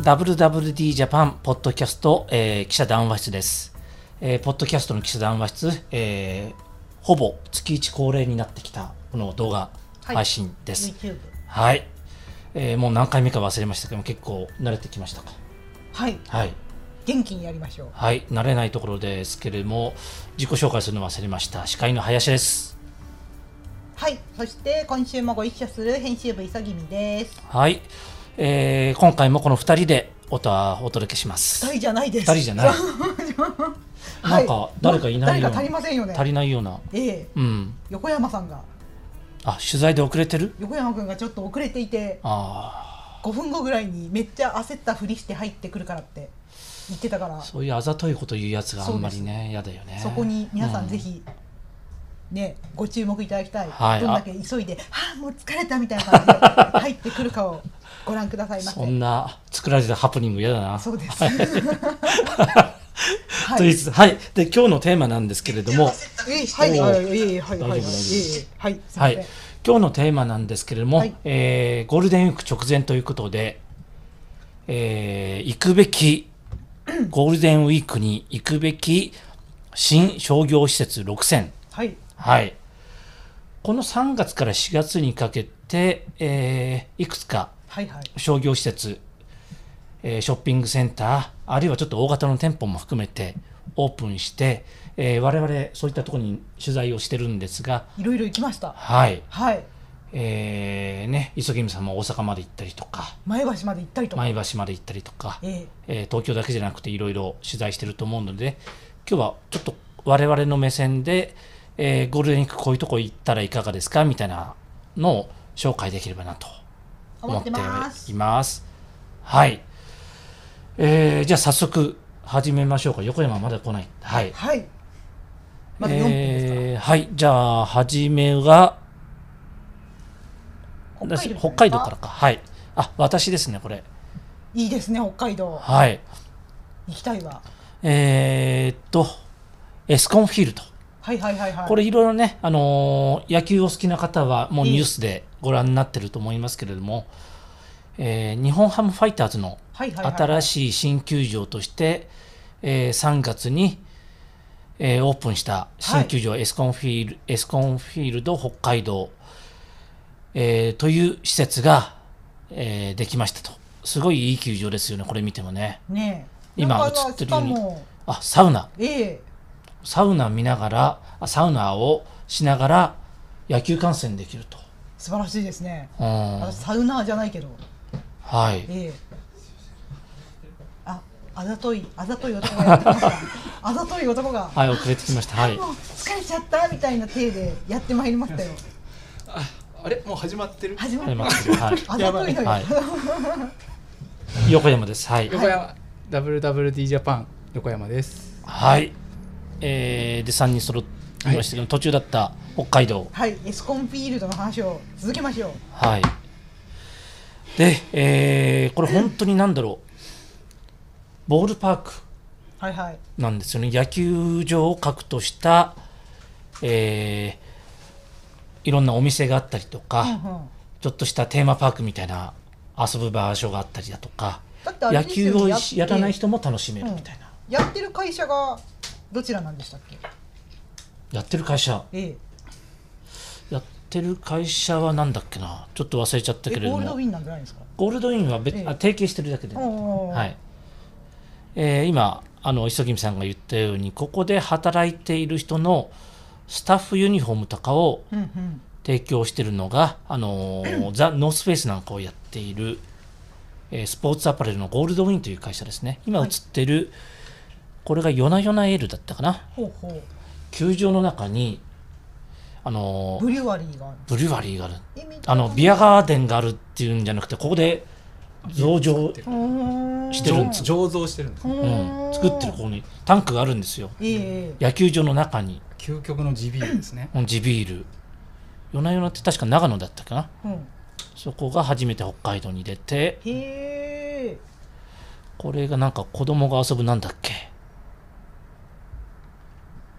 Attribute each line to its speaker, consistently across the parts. Speaker 1: WWD ジャパンポッドキャスト、えー記者談話室です、えーポッドキャストの記者談話室、えーほぼ月一恒例になってきたこの動画
Speaker 2: はい
Speaker 1: 配信です。
Speaker 2: YouTube
Speaker 1: はい、えーもう何回目か忘れましたけども結構慣れてきましたか。
Speaker 2: はい
Speaker 1: はい、
Speaker 2: 元気にやりましょう
Speaker 1: はい、慣れないところですけれども自己紹介するの忘れました司会の林です。
Speaker 2: はいそして今週もご一緒する編集部急ぎみです
Speaker 1: はい、えー今回もこの2人で音はお届けします。
Speaker 2: 二人じゃないです
Speaker 1: 二人じゃ ない
Speaker 2: はい
Speaker 1: なんか誰かいないような
Speaker 2: 誰か足りませんよね
Speaker 1: 足りないような。
Speaker 2: ええ
Speaker 1: うん。
Speaker 2: 横山さんが
Speaker 1: あ、取材で遅れてる
Speaker 2: 横山君がちょっと遅れていて
Speaker 1: あ
Speaker 2: 5分後ぐらいにめっちゃ焦ったふりして入ってくるからって言ってたから
Speaker 1: あ、
Speaker 2: そ
Speaker 1: そういうあざといこと言うやつがあんまりね、嫌だよね。
Speaker 2: こに皆さんぜ
Speaker 1: う。
Speaker 2: ひ、ね、ご注目いただきたい、
Speaker 1: はい
Speaker 2: どんだけ急いで「はあもう疲れた」みたいな感じで入ってくるかをご覧くださいませ
Speaker 1: そんな作られたハプニング嫌だな。
Speaker 2: そうです。は
Speaker 1: と言いつつはい。で、今日のテーマなんですけれども、
Speaker 2: えいはい、はい、はい、えいは
Speaker 1: 大
Speaker 2: い、はい、
Speaker 1: 丈夫大
Speaker 2: は
Speaker 1: 丈夫
Speaker 2: い、えいはい、すいま
Speaker 1: は
Speaker 2: せん
Speaker 1: い。今日のテーマなんですけれども、
Speaker 2: はい
Speaker 1: えーゴールデンウィーク直前ということで、えー行くべ き、ゴールデンウィークに行くべき新商業施設6選。
Speaker 2: はい、
Speaker 1: はい。この3月から4月にかけて、えーいくつか
Speaker 2: はい、はい、
Speaker 1: 商業施設、えーショッピングセンター、あるいはちょっと大型の店舗も含めてオープンして、えー我々そういったところに取材をしてるんですが、
Speaker 2: いろいろ行きました。
Speaker 1: はい。
Speaker 2: はい、
Speaker 1: えーね、磯君さんも大阪まで行ったりとか、
Speaker 2: 前橋まで行ったりとか。
Speaker 1: 前橋まで行ったりとか、
Speaker 2: ええ
Speaker 1: えー東京だけじゃなくていろいろ取材してると思うので今日はちょっと我々の目線で、えーゴールデンウィークこういうとこ行ったらいかがですかみたいなのを紹介できればなと思
Speaker 2: 思
Speaker 1: っ
Speaker 2: ってて
Speaker 1: いま
Speaker 2: ますす。
Speaker 1: はい、えーじゃあ早速始めましょうか横山まだ来ないはい、
Speaker 2: はい。まだ4分ですから。
Speaker 1: えーはいじゃあ初めは
Speaker 2: じゃないです
Speaker 1: 北海道から。かはいあ私ですねこれ
Speaker 2: いいですね、北海道。
Speaker 1: はい
Speaker 2: 行きたいわ。
Speaker 1: えーっと、エスコンフィールド。
Speaker 2: はい、はい、はい、はい。
Speaker 1: これいろいろね、あのー野球お好きな方はもうニュースでご覧になってると思いますけれども、えー日本ハムファイターズの
Speaker 2: はい、はい、はい。
Speaker 1: 新
Speaker 2: い。
Speaker 1: しい新球場として、えー3月に、えーオープンした新球場、エスコンフィールエスコンフィールド北海道、えーという施設が、えーできましたと。すごいいい球場ですよね、これ見てもね。
Speaker 2: ねえ。
Speaker 1: 今
Speaker 2: なんか
Speaker 1: 映ってるように
Speaker 2: しかも
Speaker 1: あ、サウナ。
Speaker 2: ええ
Speaker 1: サウナ見ながら、あサウナをしながら野球観戦できると。
Speaker 2: 素晴らしいですね。
Speaker 1: うん
Speaker 2: 私サウナーじゃないけど。
Speaker 1: はい。
Speaker 2: ええあ、あざとい、あざとい男がやってま した。あざとい男が。
Speaker 1: はい、遅れてきました。はい。
Speaker 2: もう疲れちゃったみたいな体でやってまいりましたよ。
Speaker 3: ああれもう始まってる
Speaker 2: 始ま
Speaker 1: はい
Speaker 2: った。
Speaker 1: 待ってください
Speaker 2: あざといのよ。
Speaker 1: はい横山です。はい。
Speaker 3: 横山、WWD ジャパン横山です
Speaker 1: はい。えー、で、3人揃ってましたけど、途中だった北海道。
Speaker 2: はい、エスコンフィールドの話を続けましょう。
Speaker 1: はい。で、えー、これ本当になんだろう。ボールパーク
Speaker 2: はいはい。
Speaker 1: なんですよね。野球場を核とした、えー、いろんなお店があったりとか、
Speaker 2: うんうん、
Speaker 1: ちょっとしたテーマパークみたいな遊ぶ場所があったりだとか
Speaker 2: だってあれ
Speaker 1: 野
Speaker 2: です
Speaker 1: 球
Speaker 2: よ
Speaker 1: を
Speaker 2: やっ
Speaker 1: やらない人も楽しめるみたいな、
Speaker 2: やってる会社がどちらなんでしたっけ？
Speaker 1: やってる会社
Speaker 2: え
Speaker 1: やってる会社はなんだっけなちょっと忘れちゃった
Speaker 2: え、
Speaker 1: け
Speaker 2: え
Speaker 1: れど
Speaker 2: ゴールドウ
Speaker 1: も
Speaker 2: ィンなんじゃないんですか？
Speaker 1: ゴールドインは別、
Speaker 2: ええ
Speaker 1: あ提携してるだけで、
Speaker 2: おー
Speaker 1: はいえー今あの磯君さんが言ったようにここで働いている人のスタッフユニフォームとかを
Speaker 2: うんうん。
Speaker 1: 提供してるのが、あの ーザ・ノースフェイスなんかをやっている、えースポーツアパレルのゴールドウィンという会社ですね今映
Speaker 2: はい
Speaker 1: ってる、これがヨナヨナエールだったかな
Speaker 2: ほうほ
Speaker 1: 球場の中に、あの
Speaker 2: う。
Speaker 1: ー
Speaker 2: ブリュワリーがある。
Speaker 1: ブリュワリーがある
Speaker 2: えみた
Speaker 1: あ
Speaker 2: いな
Speaker 1: のビアガーデンがあるっていうんじゃなくてここで増上、
Speaker 2: うーん
Speaker 1: してるん
Speaker 3: 醸
Speaker 1: です
Speaker 3: 醸造してるんです
Speaker 1: う
Speaker 2: うん
Speaker 1: ん、作ってるここにタンクがあるんですよ
Speaker 2: ええ
Speaker 1: 野球場の中に
Speaker 3: 究極の地ビールですね
Speaker 1: うん地ビールヨナヨナって確か長野だったかな
Speaker 2: うん、
Speaker 1: そこが初めて北海道に出て
Speaker 2: へえ。
Speaker 1: これがなんか子供が遊ぶなんだっけ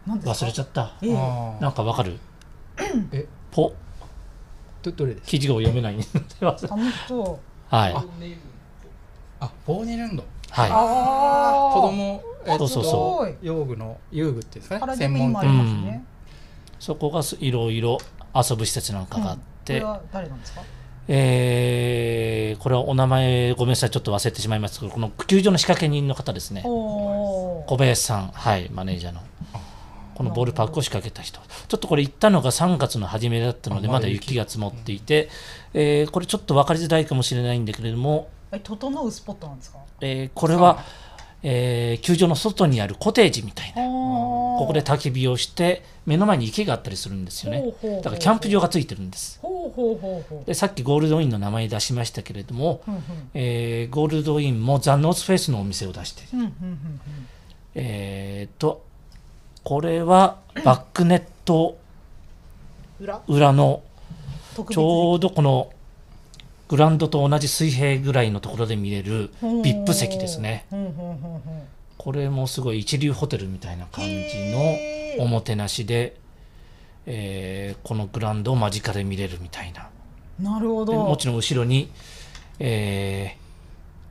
Speaker 2: なんです
Speaker 1: 忘
Speaker 2: か？
Speaker 1: れちゃ
Speaker 2: っ
Speaker 1: った
Speaker 2: ええ
Speaker 3: あ
Speaker 1: なんかわかる
Speaker 3: え
Speaker 1: ポ
Speaker 3: どどれで す
Speaker 1: 記事を読めない
Speaker 2: 楽しそう。
Speaker 1: はい
Speaker 3: あボーニルンド
Speaker 1: は
Speaker 2: あ
Speaker 3: 子供、えっと、
Speaker 1: そう
Speaker 2: そう
Speaker 3: 用具の遊具っていうんです
Speaker 2: あ
Speaker 3: か
Speaker 2: 原
Speaker 3: ね
Speaker 2: 宿
Speaker 3: 専
Speaker 2: に
Speaker 3: 門
Speaker 2: もあり
Speaker 3: 店
Speaker 2: ますね、
Speaker 1: い、そこがいろいろ遊ぶ施設なんかがあって、
Speaker 2: これは誰なんですか
Speaker 1: えーこれはお名前ごめんなさいちょっと忘れてしまいますけどこの救助の仕掛け人の方ですね
Speaker 2: お
Speaker 1: 小
Speaker 2: ー
Speaker 1: 林さんはいマネージャーのこのボールパークを仕掛けた人ちょっとこれ行ったのが3月の初めだったので
Speaker 3: あ
Speaker 1: ま
Speaker 3: まだ
Speaker 1: だ
Speaker 3: 雪
Speaker 1: 雪が積もっていて、えーこれちょっと分かりづらいかもしれないんだけれども、
Speaker 2: え整うスポットなんですか
Speaker 1: えーこれは、えー球場の外にあるコテージみたいな
Speaker 2: こ
Speaker 1: ここで焚き火をして目の前に池があったりするんですよねだからキャンプ場がついてるんです
Speaker 2: ほうほうほうほう
Speaker 1: でさっきゴールドインの名前出しましたけれども、
Speaker 2: うんうん
Speaker 1: えーゴールドインもザ・ノースフェイスのお店を出している
Speaker 2: うんうんうん
Speaker 1: えーっとこれはバックネット
Speaker 2: うん裏
Speaker 1: 裏の
Speaker 2: 特
Speaker 1: ち
Speaker 2: 別
Speaker 1: ょうどこのグラウンドと同じ水平ぐらいのところで見れる VIP 席ですね
Speaker 2: ほうほうほうほう
Speaker 1: これもすごい一流ホテルみたいな感じの
Speaker 2: へー
Speaker 1: おもてなしで、えーこのグラウンドを間近で見れるみたいな
Speaker 2: なるほ
Speaker 1: で
Speaker 2: ど
Speaker 1: もちろん後ろに、えー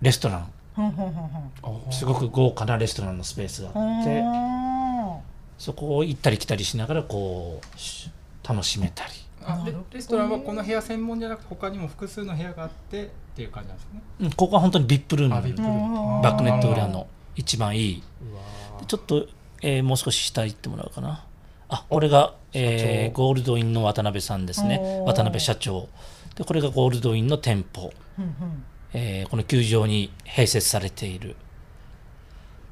Speaker 1: レストラン
Speaker 2: ほうほうほうほう
Speaker 1: すごく豪華なレストランのスペースがあって
Speaker 2: あ
Speaker 1: そこを行ったり来たりしながらこうし楽しめたり
Speaker 3: あ
Speaker 2: な
Speaker 3: で
Speaker 2: るほど
Speaker 3: レストランはこの部屋専門じゃなくて他にも複数の部屋があってっていう感じなんですね
Speaker 1: うんここは本当に VIP ルーム
Speaker 3: あ VIP ルー
Speaker 2: ム
Speaker 1: バックネット
Speaker 2: あー
Speaker 1: 裏の一番いいう
Speaker 3: わー
Speaker 1: ちょっと、えーもう少し下行ってもらうかなあこれが、えーゴールドインの渡辺さんですね
Speaker 2: おー
Speaker 1: 渡辺社長でこれがゴールドインの店舗、
Speaker 2: ーうんうん
Speaker 1: えーこの球場に併設されている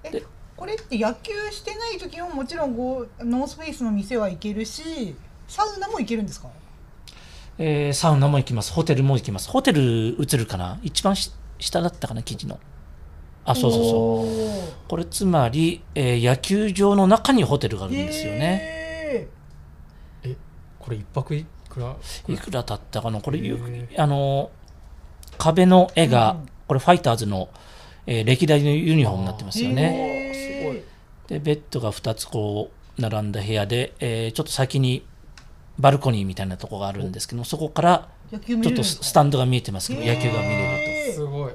Speaker 2: えこれって野球してない時ももちろんゴーノースフェイスの店は行けるしサウナも行けるんですか
Speaker 1: えーサウナも行きますホテルも行きますホテル映るかな一番し下だったかな記事のあそうそうそう
Speaker 2: そう
Speaker 1: これつまり、えー野球場の中にホテルがあるんですよね、
Speaker 2: ね
Speaker 3: えこれ一泊いくら
Speaker 1: いくらだったかなこれ、ゆ
Speaker 3: へ
Speaker 1: あの壁の絵が、
Speaker 2: うん
Speaker 1: これファイターズの、えー歴代のユニフォームになってますよね
Speaker 2: へー
Speaker 3: おーす
Speaker 1: でベッドが2つこう並んだ部屋で、えーちょっと先にバルコニーみたいなとこがあるんですけどもそこから
Speaker 2: 野球見
Speaker 1: ち
Speaker 2: れ
Speaker 1: ょっと
Speaker 2: るんです
Speaker 1: ス
Speaker 2: か
Speaker 1: スタンドが見えてますけど野球が見れる
Speaker 2: へー
Speaker 3: すごい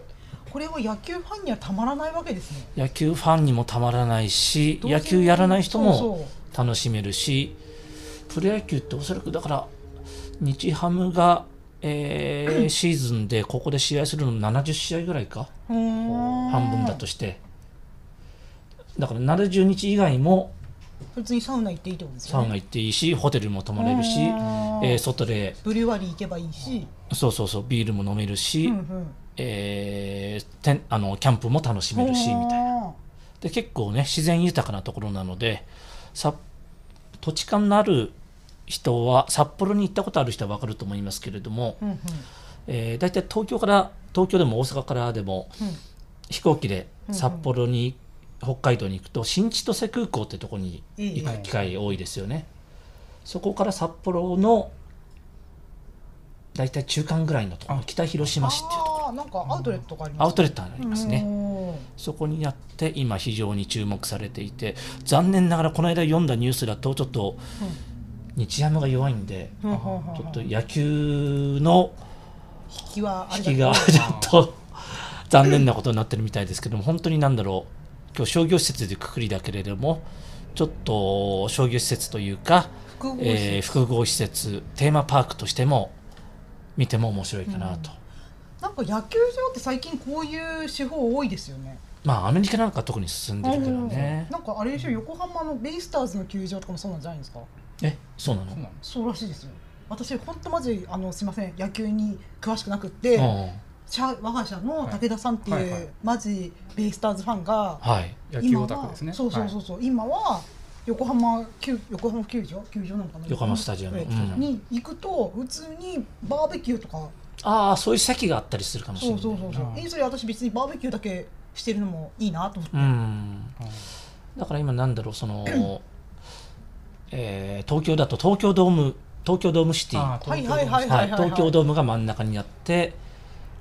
Speaker 2: これは野球ファンにはたまらないわけですね
Speaker 1: と野球ファンにもたまらないし野球やらない人も
Speaker 2: そうそう
Speaker 1: 楽しめるしプロ野球っておそらくだから日ハムが、えー シーズンでここで試合するのも70試合ぐらいか半
Speaker 2: 半
Speaker 1: 分だとしてだから70日以外も
Speaker 2: 普通にサウナ行っていいってことです
Speaker 1: サ
Speaker 2: よ
Speaker 1: ウナ
Speaker 2: ね
Speaker 1: 行っていいしホテルも泊まれるし、
Speaker 2: うん
Speaker 1: えー外で
Speaker 2: ブリュワリー行けばいいし、
Speaker 1: そうそうそうビールも飲めるし、
Speaker 2: うんうん、
Speaker 1: えーてんあのキャンプも楽しめるしみたいな
Speaker 2: な
Speaker 1: で結構ね自然豊かなところなのでさ土地勘のある人は札幌に行ったことある人は分かると思いますけれども、
Speaker 2: うんうん
Speaker 1: えー、大体東京から東京でも大阪からでも
Speaker 2: うん
Speaker 1: 飛行機で
Speaker 2: うん
Speaker 1: 札幌に、北海道に行くと新千歳空港ってとこに行
Speaker 2: え
Speaker 1: く機会多いですよね、そこから札幌の大体中間ぐらいのところ
Speaker 3: あ
Speaker 1: 北広島市っていうとこ
Speaker 2: あーなんかアウトレットがあります
Speaker 1: アウト
Speaker 2: レッ
Speaker 1: レットがありますね、
Speaker 2: ね
Speaker 1: そこにあって今非常に注目されていて残念ながらこの間読んだニュースだとちょっと日ハムが弱いんで
Speaker 2: ちょ
Speaker 1: ちょっと野球の
Speaker 2: 引きはあれ
Speaker 1: 引
Speaker 2: だ
Speaker 1: きが
Speaker 2: け ど
Speaker 1: ちょっと残念なことになってるみたいですけども本当に何だろう今日商業施設でくくりだけれどもちょっと商業施設というか、
Speaker 2: 複合施設
Speaker 1: えー複合施設テーマパークとしても見ても面白いかなと、
Speaker 2: なんか野球場って最近こういう手法多いですよね
Speaker 1: まあアメリカなんか特に進んでるけどね、
Speaker 2: なんかあれでしょ横浜のベイスターズの球場とかもそうなんじゃないんですか
Speaker 1: えそうなの
Speaker 3: そうなの
Speaker 2: そうらしいですよ私本当マジあのすいません野球に詳しくなくって、
Speaker 1: うん
Speaker 2: 社我が社の武田さんっていう、
Speaker 3: はいはいはい
Speaker 2: マジベイスターズファンが
Speaker 1: はい
Speaker 3: 野球
Speaker 2: 今
Speaker 3: オ
Speaker 2: は
Speaker 3: タクですね
Speaker 2: そうそうそうそう、今は横浜球横浜球場球場なのかな
Speaker 1: 横浜スタジアム
Speaker 2: ええ
Speaker 1: うん
Speaker 2: に行くと普通にバーベキューとか
Speaker 1: ああそういう席があったりするかもしれ
Speaker 2: そ
Speaker 1: な
Speaker 2: う
Speaker 1: い
Speaker 2: そうそうそう
Speaker 3: うん
Speaker 2: えそれ私別にバーベキューだけしてるのもいいなと思って、
Speaker 1: うん
Speaker 3: はい
Speaker 1: だから今なんだろうその、 えー東京だと東京ドーム東京ドームシティ
Speaker 3: あー東京
Speaker 2: はいはいはい
Speaker 1: はい、東京ドームが真ん中にあって、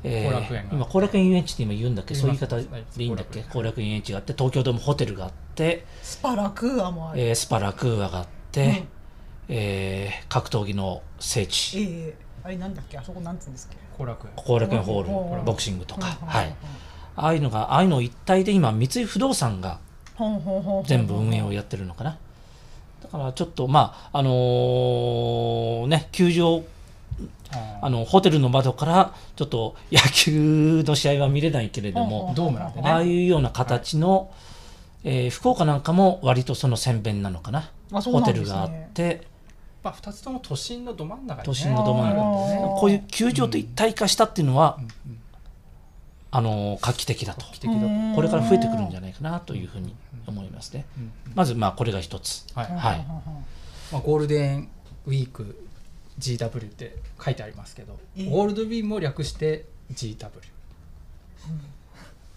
Speaker 1: え
Speaker 3: 後楽園が
Speaker 1: 今後楽園遊園地って今言うんだっけ
Speaker 3: 言い
Speaker 1: そうい
Speaker 3: ま
Speaker 1: う
Speaker 3: す
Speaker 1: 言い方でいいんだっけ後楽園遊園地があって東京ドームホテルがあって、
Speaker 2: スパラクーアもある、
Speaker 1: えースパラクーアがあって、えー格闘技の聖地
Speaker 2: ええあれなんだっけあそこなんつうんですっけ
Speaker 3: 後楽園
Speaker 1: 後楽園ホ
Speaker 2: 後楽園ホ
Speaker 1: ー
Speaker 2: ー
Speaker 1: ル
Speaker 2: ル
Speaker 1: ボクシングとか、
Speaker 2: うん
Speaker 1: はい、ああいうのがああいうの一体で今三井不動産が
Speaker 2: ほんほんほんほん
Speaker 1: 全部運営をやってるのかなだからちょっとまああのーね球場あ
Speaker 3: あの
Speaker 1: のホテルの窓からちょっと野球の試合は見れないけれど
Speaker 2: うんう
Speaker 1: も
Speaker 2: ん
Speaker 3: ドームなんでね
Speaker 1: ああいうような形の、えー福岡なんかも割とその洗弁なのかな
Speaker 2: あそう
Speaker 1: ホ
Speaker 2: な
Speaker 1: テ
Speaker 2: んで
Speaker 1: ル
Speaker 2: す
Speaker 1: があ
Speaker 2: ね
Speaker 1: っ。て
Speaker 3: まあ、2つとも都心のど真ん中に、ね、
Speaker 1: 都心のど真ん
Speaker 2: 中
Speaker 3: あるんでね
Speaker 1: こういう球場と一体化したっていうのは、
Speaker 3: うんうん
Speaker 1: あのー画期的だと
Speaker 3: 画期的だと
Speaker 2: うん
Speaker 1: これから増えてくるんじゃないかなというふうに思いますね
Speaker 3: うんうん
Speaker 1: まずまあこれが一つ
Speaker 3: はい
Speaker 1: はい
Speaker 2: ほんほんほんほん
Speaker 3: まあ、ゴールデンウィーク GW って書いてありますけど、
Speaker 2: ええ
Speaker 3: ゴールドウィーンも略して GW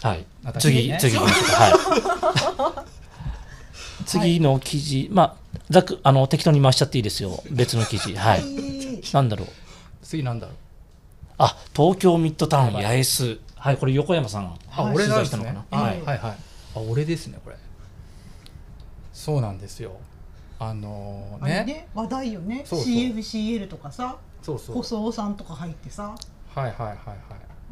Speaker 1: はい
Speaker 3: 私
Speaker 1: 次、
Speaker 3: ね
Speaker 1: 次行きましょうかはい 次の記事まあざっくあの適当に回しちゃっていいですよ別の記事はいなんだろう
Speaker 3: 次なんだろう
Speaker 1: あ東京ミッドタウン八重洲はいこれ横山さん
Speaker 3: あ、
Speaker 2: はい
Speaker 3: 俺な
Speaker 1: 取
Speaker 3: ん
Speaker 1: 材
Speaker 3: で
Speaker 1: した
Speaker 3: す
Speaker 1: のか
Speaker 3: ね
Speaker 1: な、
Speaker 3: は
Speaker 2: え
Speaker 3: い
Speaker 2: え
Speaker 3: はいはいあ俺ですねこれそうなんですよあの
Speaker 2: あ
Speaker 3: ね
Speaker 2: れね話題よね
Speaker 3: そうそう
Speaker 2: CFCL とかさ
Speaker 3: そうそうはい
Speaker 2: 細尾さんとか入ってさ
Speaker 3: はいはいはい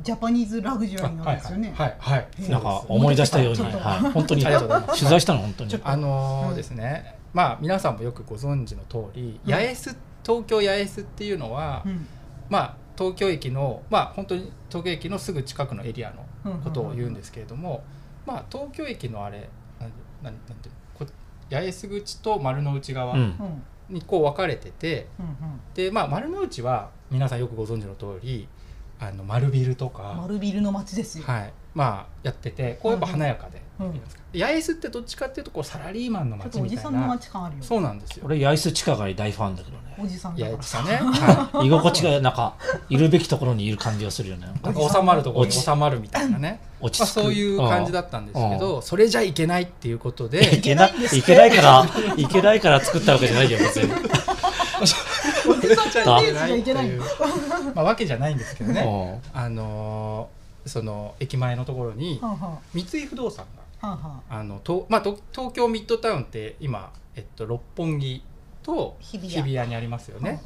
Speaker 2: ジャパニーズラグジュ
Speaker 3: あ
Speaker 2: アリーなんですよね。
Speaker 3: はいはい、はい
Speaker 2: ええ
Speaker 1: なんか思い出したように、
Speaker 2: ちょ
Speaker 1: は
Speaker 2: っ
Speaker 1: い、
Speaker 2: と
Speaker 1: 本当に
Speaker 3: ありがとうございます
Speaker 1: 取材したの本当に
Speaker 2: ちょっと
Speaker 3: あの
Speaker 2: う
Speaker 3: ー
Speaker 2: ん
Speaker 3: ですね、まあ皆さんもよくご存知の通り、
Speaker 2: うん
Speaker 3: 八重洲東京八重洲っていうのは、
Speaker 2: うん。
Speaker 3: まあ東京駅のまあ本当に東京駅のすぐ近くのエリアのことを言うんですすけれども、まあ東京駅のあれなんなんなんていうのこ八重洲口と丸の内
Speaker 1: う
Speaker 3: 側
Speaker 1: ん
Speaker 2: うんうん
Speaker 3: にこう分かれてて、
Speaker 2: うん
Speaker 3: でまあ丸の内は皆さんよくご存知の通りあの丸ビルと
Speaker 2: うん
Speaker 3: か、
Speaker 2: 丸ビルの街ですよ。
Speaker 3: はいまあ、やっててこうやっぱ華やかで、
Speaker 2: うんうん
Speaker 3: いいですかで八重洲ってどっちかっていうとこうサラリーマンの
Speaker 2: ちょっと
Speaker 3: 街
Speaker 2: お
Speaker 3: み
Speaker 2: じ
Speaker 3: た
Speaker 2: さ
Speaker 3: い
Speaker 2: んの
Speaker 3: な
Speaker 2: 街感あるよ。
Speaker 3: そうなんですよ
Speaker 1: 俺八重洲地下街大ファンだけどね
Speaker 2: おじさん
Speaker 3: 八
Speaker 2: だか
Speaker 3: 重
Speaker 2: ら
Speaker 3: 洲
Speaker 2: さ。
Speaker 3: がね、は
Speaker 1: 居心地がなんかいるべきところにいる感じがするよね
Speaker 3: い、なんか収まるところに
Speaker 1: 落ち
Speaker 3: 収まるみたいなね
Speaker 1: 落ち
Speaker 3: まあ、
Speaker 1: 着く、
Speaker 3: そういう感じだったんですけどそれじゃいけないっていうこと
Speaker 1: うんい
Speaker 3: で
Speaker 1: けないいけないからいけないから作ったわけじゃないよ別に
Speaker 3: それじ
Speaker 1: ゃい
Speaker 2: けないっていう
Speaker 3: まあ、わけじゃないんですけどね、
Speaker 1: ね
Speaker 3: あのーその駅前のところに
Speaker 2: はんはんは
Speaker 3: 三井不動産が
Speaker 2: んは
Speaker 3: あのと、まあ、と東京ミッドタウンって今、えっと、六本木と
Speaker 2: 日比谷
Speaker 3: にありますよね。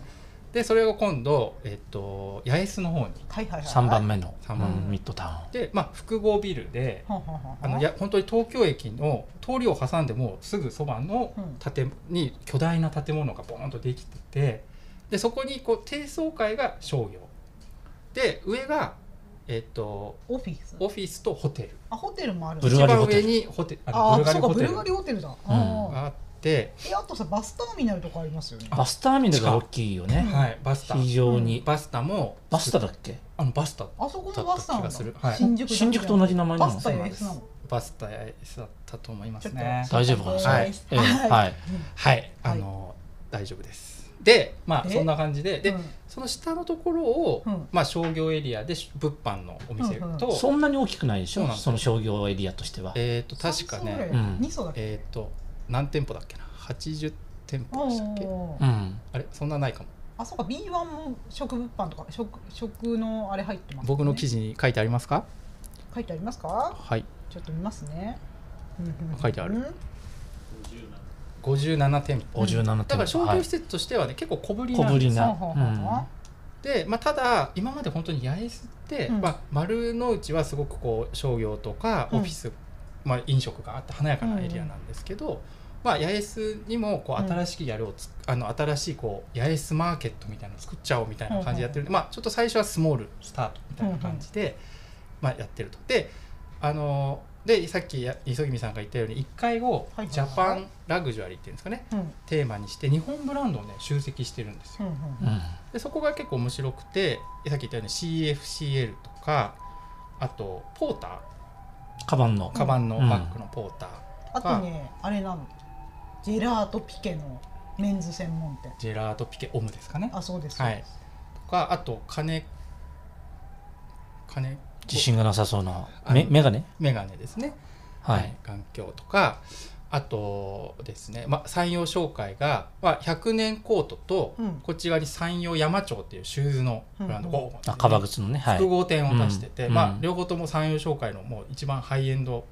Speaker 3: でそれを今度、えっと、八重洲の方に
Speaker 2: んはいはいはい。
Speaker 1: 3番目の、
Speaker 3: 三番
Speaker 2: 目
Speaker 1: うんミッドタウン
Speaker 3: で、まあ、複合ビルで
Speaker 2: はんはんはんはん。
Speaker 3: あのや本当に東京駅の通りを挟んでもうすぐそばの建物に巨大な建物がボーンとできててでそこにこう低層階が商業で上が、えっと、
Speaker 2: オフィス。
Speaker 3: オフィスとホテル
Speaker 2: あホテルもある。
Speaker 1: ブルガリホテル
Speaker 3: 一番上にホテルあの
Speaker 2: あ
Speaker 3: ブル
Speaker 2: あそ
Speaker 3: ガリ
Speaker 2: うか
Speaker 3: ホ
Speaker 2: ブ
Speaker 3: テル
Speaker 2: ルガリ
Speaker 3: が
Speaker 2: ホテルだ。
Speaker 1: ん
Speaker 2: あ
Speaker 3: あって。
Speaker 2: ーえあとさバスターミナルとかありますよね。
Speaker 1: バスターミナルが大きいよね
Speaker 3: はい、バスタ。
Speaker 1: 非常に
Speaker 3: バスタも。
Speaker 1: バスタだっけ
Speaker 3: あのバスタ。
Speaker 2: あそこもバスターなんだ
Speaker 3: だった気がするはい
Speaker 2: 新宿だけじゃん
Speaker 1: 新宿と同じ名前な
Speaker 2: バ
Speaker 1: の
Speaker 2: スター S なの。
Speaker 3: バスタや椅子だったと思いま
Speaker 2: ちょ
Speaker 3: す
Speaker 2: っと
Speaker 3: ね。
Speaker 1: 大丈夫かな
Speaker 3: はい
Speaker 2: はい
Speaker 1: ええはい
Speaker 3: はい、あの、大丈夫です。で、まあ、
Speaker 2: で
Speaker 3: そんな感じで、
Speaker 2: う
Speaker 3: で
Speaker 2: ん、
Speaker 3: その下のところを
Speaker 2: うん、
Speaker 3: まあ、商業エリアで物販のお店
Speaker 2: うんうん
Speaker 3: と。
Speaker 1: そんなに大きくないでし
Speaker 3: そう
Speaker 1: ょ
Speaker 3: なんですよ
Speaker 1: その商業エリアとしては
Speaker 3: えっと、確か
Speaker 2: 三層ぐらい
Speaker 3: ね、
Speaker 1: うん
Speaker 2: 二層だっけ。
Speaker 3: えっと、何店舗だっけな、八十店舗でしたっけ。
Speaker 2: おー
Speaker 1: うん
Speaker 3: あれ、そんなないかも。
Speaker 2: あそうか B1 も食物販とか食食のあれ入ってます、ね。
Speaker 3: 僕の記事に書いてありますか。
Speaker 2: 書いてありますか？
Speaker 3: はい、
Speaker 2: ちょっと見ますね。
Speaker 3: 書いてある
Speaker 2: うん
Speaker 3: 五十七店舗。
Speaker 1: 57店舗
Speaker 3: だから商
Speaker 1: は
Speaker 3: 業
Speaker 1: い
Speaker 3: 施設としてはね、結構小ぶり
Speaker 1: 小
Speaker 3: なん
Speaker 1: ぶ
Speaker 3: です
Speaker 1: りな
Speaker 2: そうそうそうそう
Speaker 3: で、まあ、ただ今まで本当に八重洲って、
Speaker 2: うん
Speaker 3: まあ、丸の内はすごくこう商業とか
Speaker 2: うん
Speaker 3: オフィス、まあ、飲食があって華やかなエリアなんですけど、まあ、八重洲にもこ
Speaker 2: うん
Speaker 3: う新しきやるをつ、あの新しいこう八重洲マーケットみたいなの作っちゃおうみたいな感じでやってるんで、まあ、ちょっと最初はスモールスタートみたいな感じで、まあ、やってると。であのでさっきや磯君さんが言ったように1階を
Speaker 2: はいはいはい
Speaker 3: ジャパンラグジュアリーっていうんですかね
Speaker 2: うんうん
Speaker 3: テーマにして日本ブランドをね集積してるんですよ。
Speaker 2: うん
Speaker 1: うん
Speaker 3: でそこが結構面白くてさっき言ったように CFCL とかあとポーター
Speaker 1: カバンの
Speaker 3: カバンの
Speaker 1: うん
Speaker 3: バッグのポーター、
Speaker 2: あとねあれなのジェラートピケのメンズ専門店。
Speaker 3: ジェラートピケオムですかね
Speaker 2: あそうです。
Speaker 3: はいとかあと金金
Speaker 1: 自信がなさそうな
Speaker 3: あの
Speaker 1: メメガネ
Speaker 3: メガネですね
Speaker 1: はい
Speaker 3: 環境とかあとですね、まあ、山陽商会が、まあ、100年コートと、
Speaker 2: うん
Speaker 3: こっち側に山陽山町っていうシューズのブランド、
Speaker 2: うんうん
Speaker 3: こう
Speaker 1: あ革靴のねはい
Speaker 3: 複合店を出してて、
Speaker 1: うん
Speaker 3: まあ
Speaker 1: う、ん
Speaker 3: 両方とも山陽商会のもう一番ハイエンド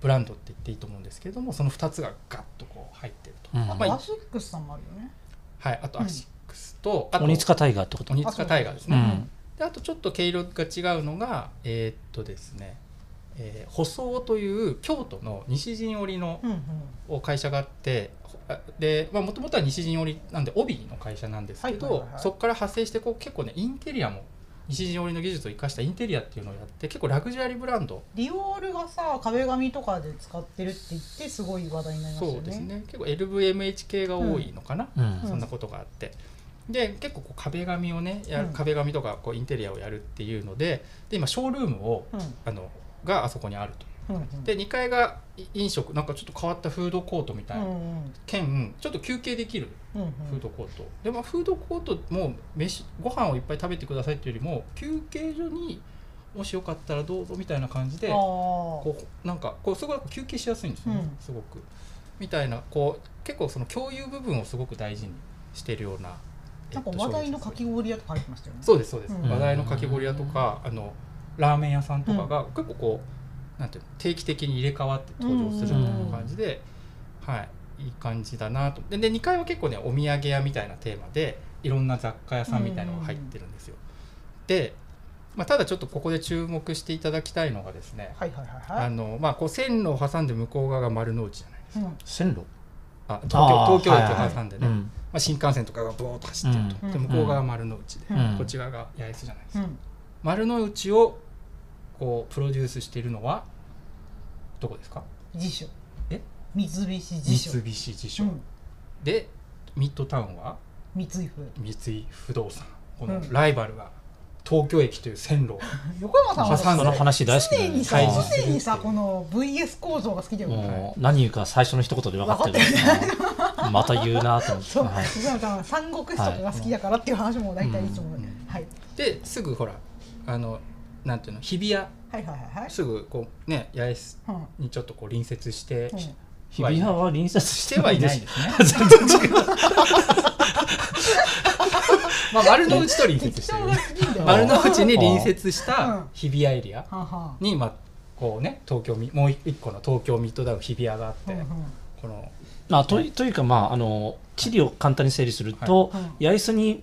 Speaker 3: ブランドって言っていいと思うんですけれどもその2つがガッとこう入ってると、
Speaker 1: うん
Speaker 3: まあ、
Speaker 2: アシックスさんもあるよね。
Speaker 3: はい、あとアシックスと、あと
Speaker 1: 鬼塚タイガーってこと
Speaker 3: 鬼塚タイガーです
Speaker 1: う
Speaker 3: ね、
Speaker 1: ん
Speaker 3: であとちょっと毛色が違うのがえーっとですねえー、舗装という京都の西陣織の
Speaker 2: うんうん
Speaker 3: を会社があってでもともとは西陣織なんで帯の会社なんですけど、
Speaker 2: はいはいはい
Speaker 3: そこから派生してこう結構ねインテリアも西陣織の技術を生かしたインテリアっていうのをやって結構ラグジュアリーブランド
Speaker 2: ディオールがさ壁紙とかで使ってるって言ってすごい話題になりましたよね
Speaker 3: そうですね結構 LVMH 系が多いのかな、
Speaker 1: うん
Speaker 3: そんなことがあって。で結構こう壁紙をねやる
Speaker 2: うん
Speaker 3: 壁紙とかこうインテリアをやるっていうのでで今ショールームを
Speaker 2: うん
Speaker 3: あのがあそこにあると
Speaker 2: うんうん
Speaker 3: で2階が飲食なんかちょっと変わったフードコートみた
Speaker 2: う
Speaker 3: い
Speaker 2: ん
Speaker 3: な、
Speaker 2: うん
Speaker 3: 兼ちょっと休憩できる
Speaker 2: うんうん
Speaker 3: フードコート、でもフードコートも飯ご飯をいっぱい食べてくださいっていうよりも休憩所にもしよかったらどうぞみたいな感じで
Speaker 2: あー
Speaker 3: こうなんかこうすごい休憩しやすいんですよね、
Speaker 2: うん
Speaker 3: すごくみたいなこう結構その共有部分をすごく大事にしてるような
Speaker 2: なんか話題のかき氷屋とか入ってましたよね
Speaker 3: そうですそうです、
Speaker 2: うん
Speaker 3: 話題のかき氷屋とかあのラーメン屋さんとかが結構こうなんていうの定期的に入れ替わって登場するみたいな感じで、はいいい感じだなとでで2階は結構ねお土産屋みたいなテーマでいろんな雑貨屋さんみたいなのが入ってるんですよ、で、まあ、ただちょっとここで注目していただきたいのがですね、
Speaker 2: はいはいはいは
Speaker 3: あ
Speaker 2: い
Speaker 3: のまあこう線路を挟んで向こう側が丸の内じゃないですか
Speaker 2: うん
Speaker 1: 線路
Speaker 3: あ
Speaker 1: あー
Speaker 3: 東京東京駅を挟んでね、
Speaker 1: うん
Speaker 3: まあ、新幹線とかがボーッと走ってると、
Speaker 2: うん
Speaker 3: で向こう側が丸の内で、
Speaker 1: うん
Speaker 3: こっち側が八重洲じゃないですか
Speaker 2: うん
Speaker 3: 丸の内をこうプロデュースしているのはどこですか
Speaker 2: 辞書
Speaker 3: え
Speaker 2: 三菱辞書
Speaker 3: 三菱地所、
Speaker 2: うん
Speaker 3: でミッドタウンは
Speaker 2: 三井風
Speaker 3: 三井不動産こ
Speaker 2: う
Speaker 3: の
Speaker 2: ん
Speaker 3: ライバルが東京駅という線路を
Speaker 2: 横山さ
Speaker 3: 挟
Speaker 2: ん
Speaker 3: ん
Speaker 1: そ
Speaker 3: で
Speaker 1: の
Speaker 2: は
Speaker 1: 話大好き
Speaker 2: 常にさ
Speaker 3: 対峙するっていう
Speaker 2: 常にさこの VS 構造が好きだよね
Speaker 1: もう何言うか最初の一言で分かってるからまた言うなと思って
Speaker 2: そう、
Speaker 1: はい
Speaker 2: 藤原さんは三国志とかが好きだからっていう話も大体いつも、
Speaker 3: うんうん
Speaker 2: はい、
Speaker 3: ですぐほらあのなんていうの日比谷
Speaker 2: はいはいはいはい
Speaker 3: すぐこうね八重洲
Speaker 2: うん
Speaker 3: にちょっとこう隣接して、
Speaker 2: うん
Speaker 1: 日比谷は隣接
Speaker 3: し
Speaker 1: してて
Speaker 3: は
Speaker 1: はいい
Speaker 3: な
Speaker 1: ないい
Speaker 3: で
Speaker 1: です
Speaker 3: ね
Speaker 1: 全然違う
Speaker 3: まあ丸の内と隣接
Speaker 2: 適
Speaker 3: してる
Speaker 2: 当が好きだよ
Speaker 3: 丸の内に隣接した日比谷エリア
Speaker 2: はんはん
Speaker 3: に、まあ、こうね東京ミもう一個の東京ミッドダウン日比谷があって、
Speaker 2: うんうん
Speaker 3: この
Speaker 1: まあ、といというか、まあ、あの地理を簡単に整理すると、
Speaker 2: は
Speaker 1: 八重洲に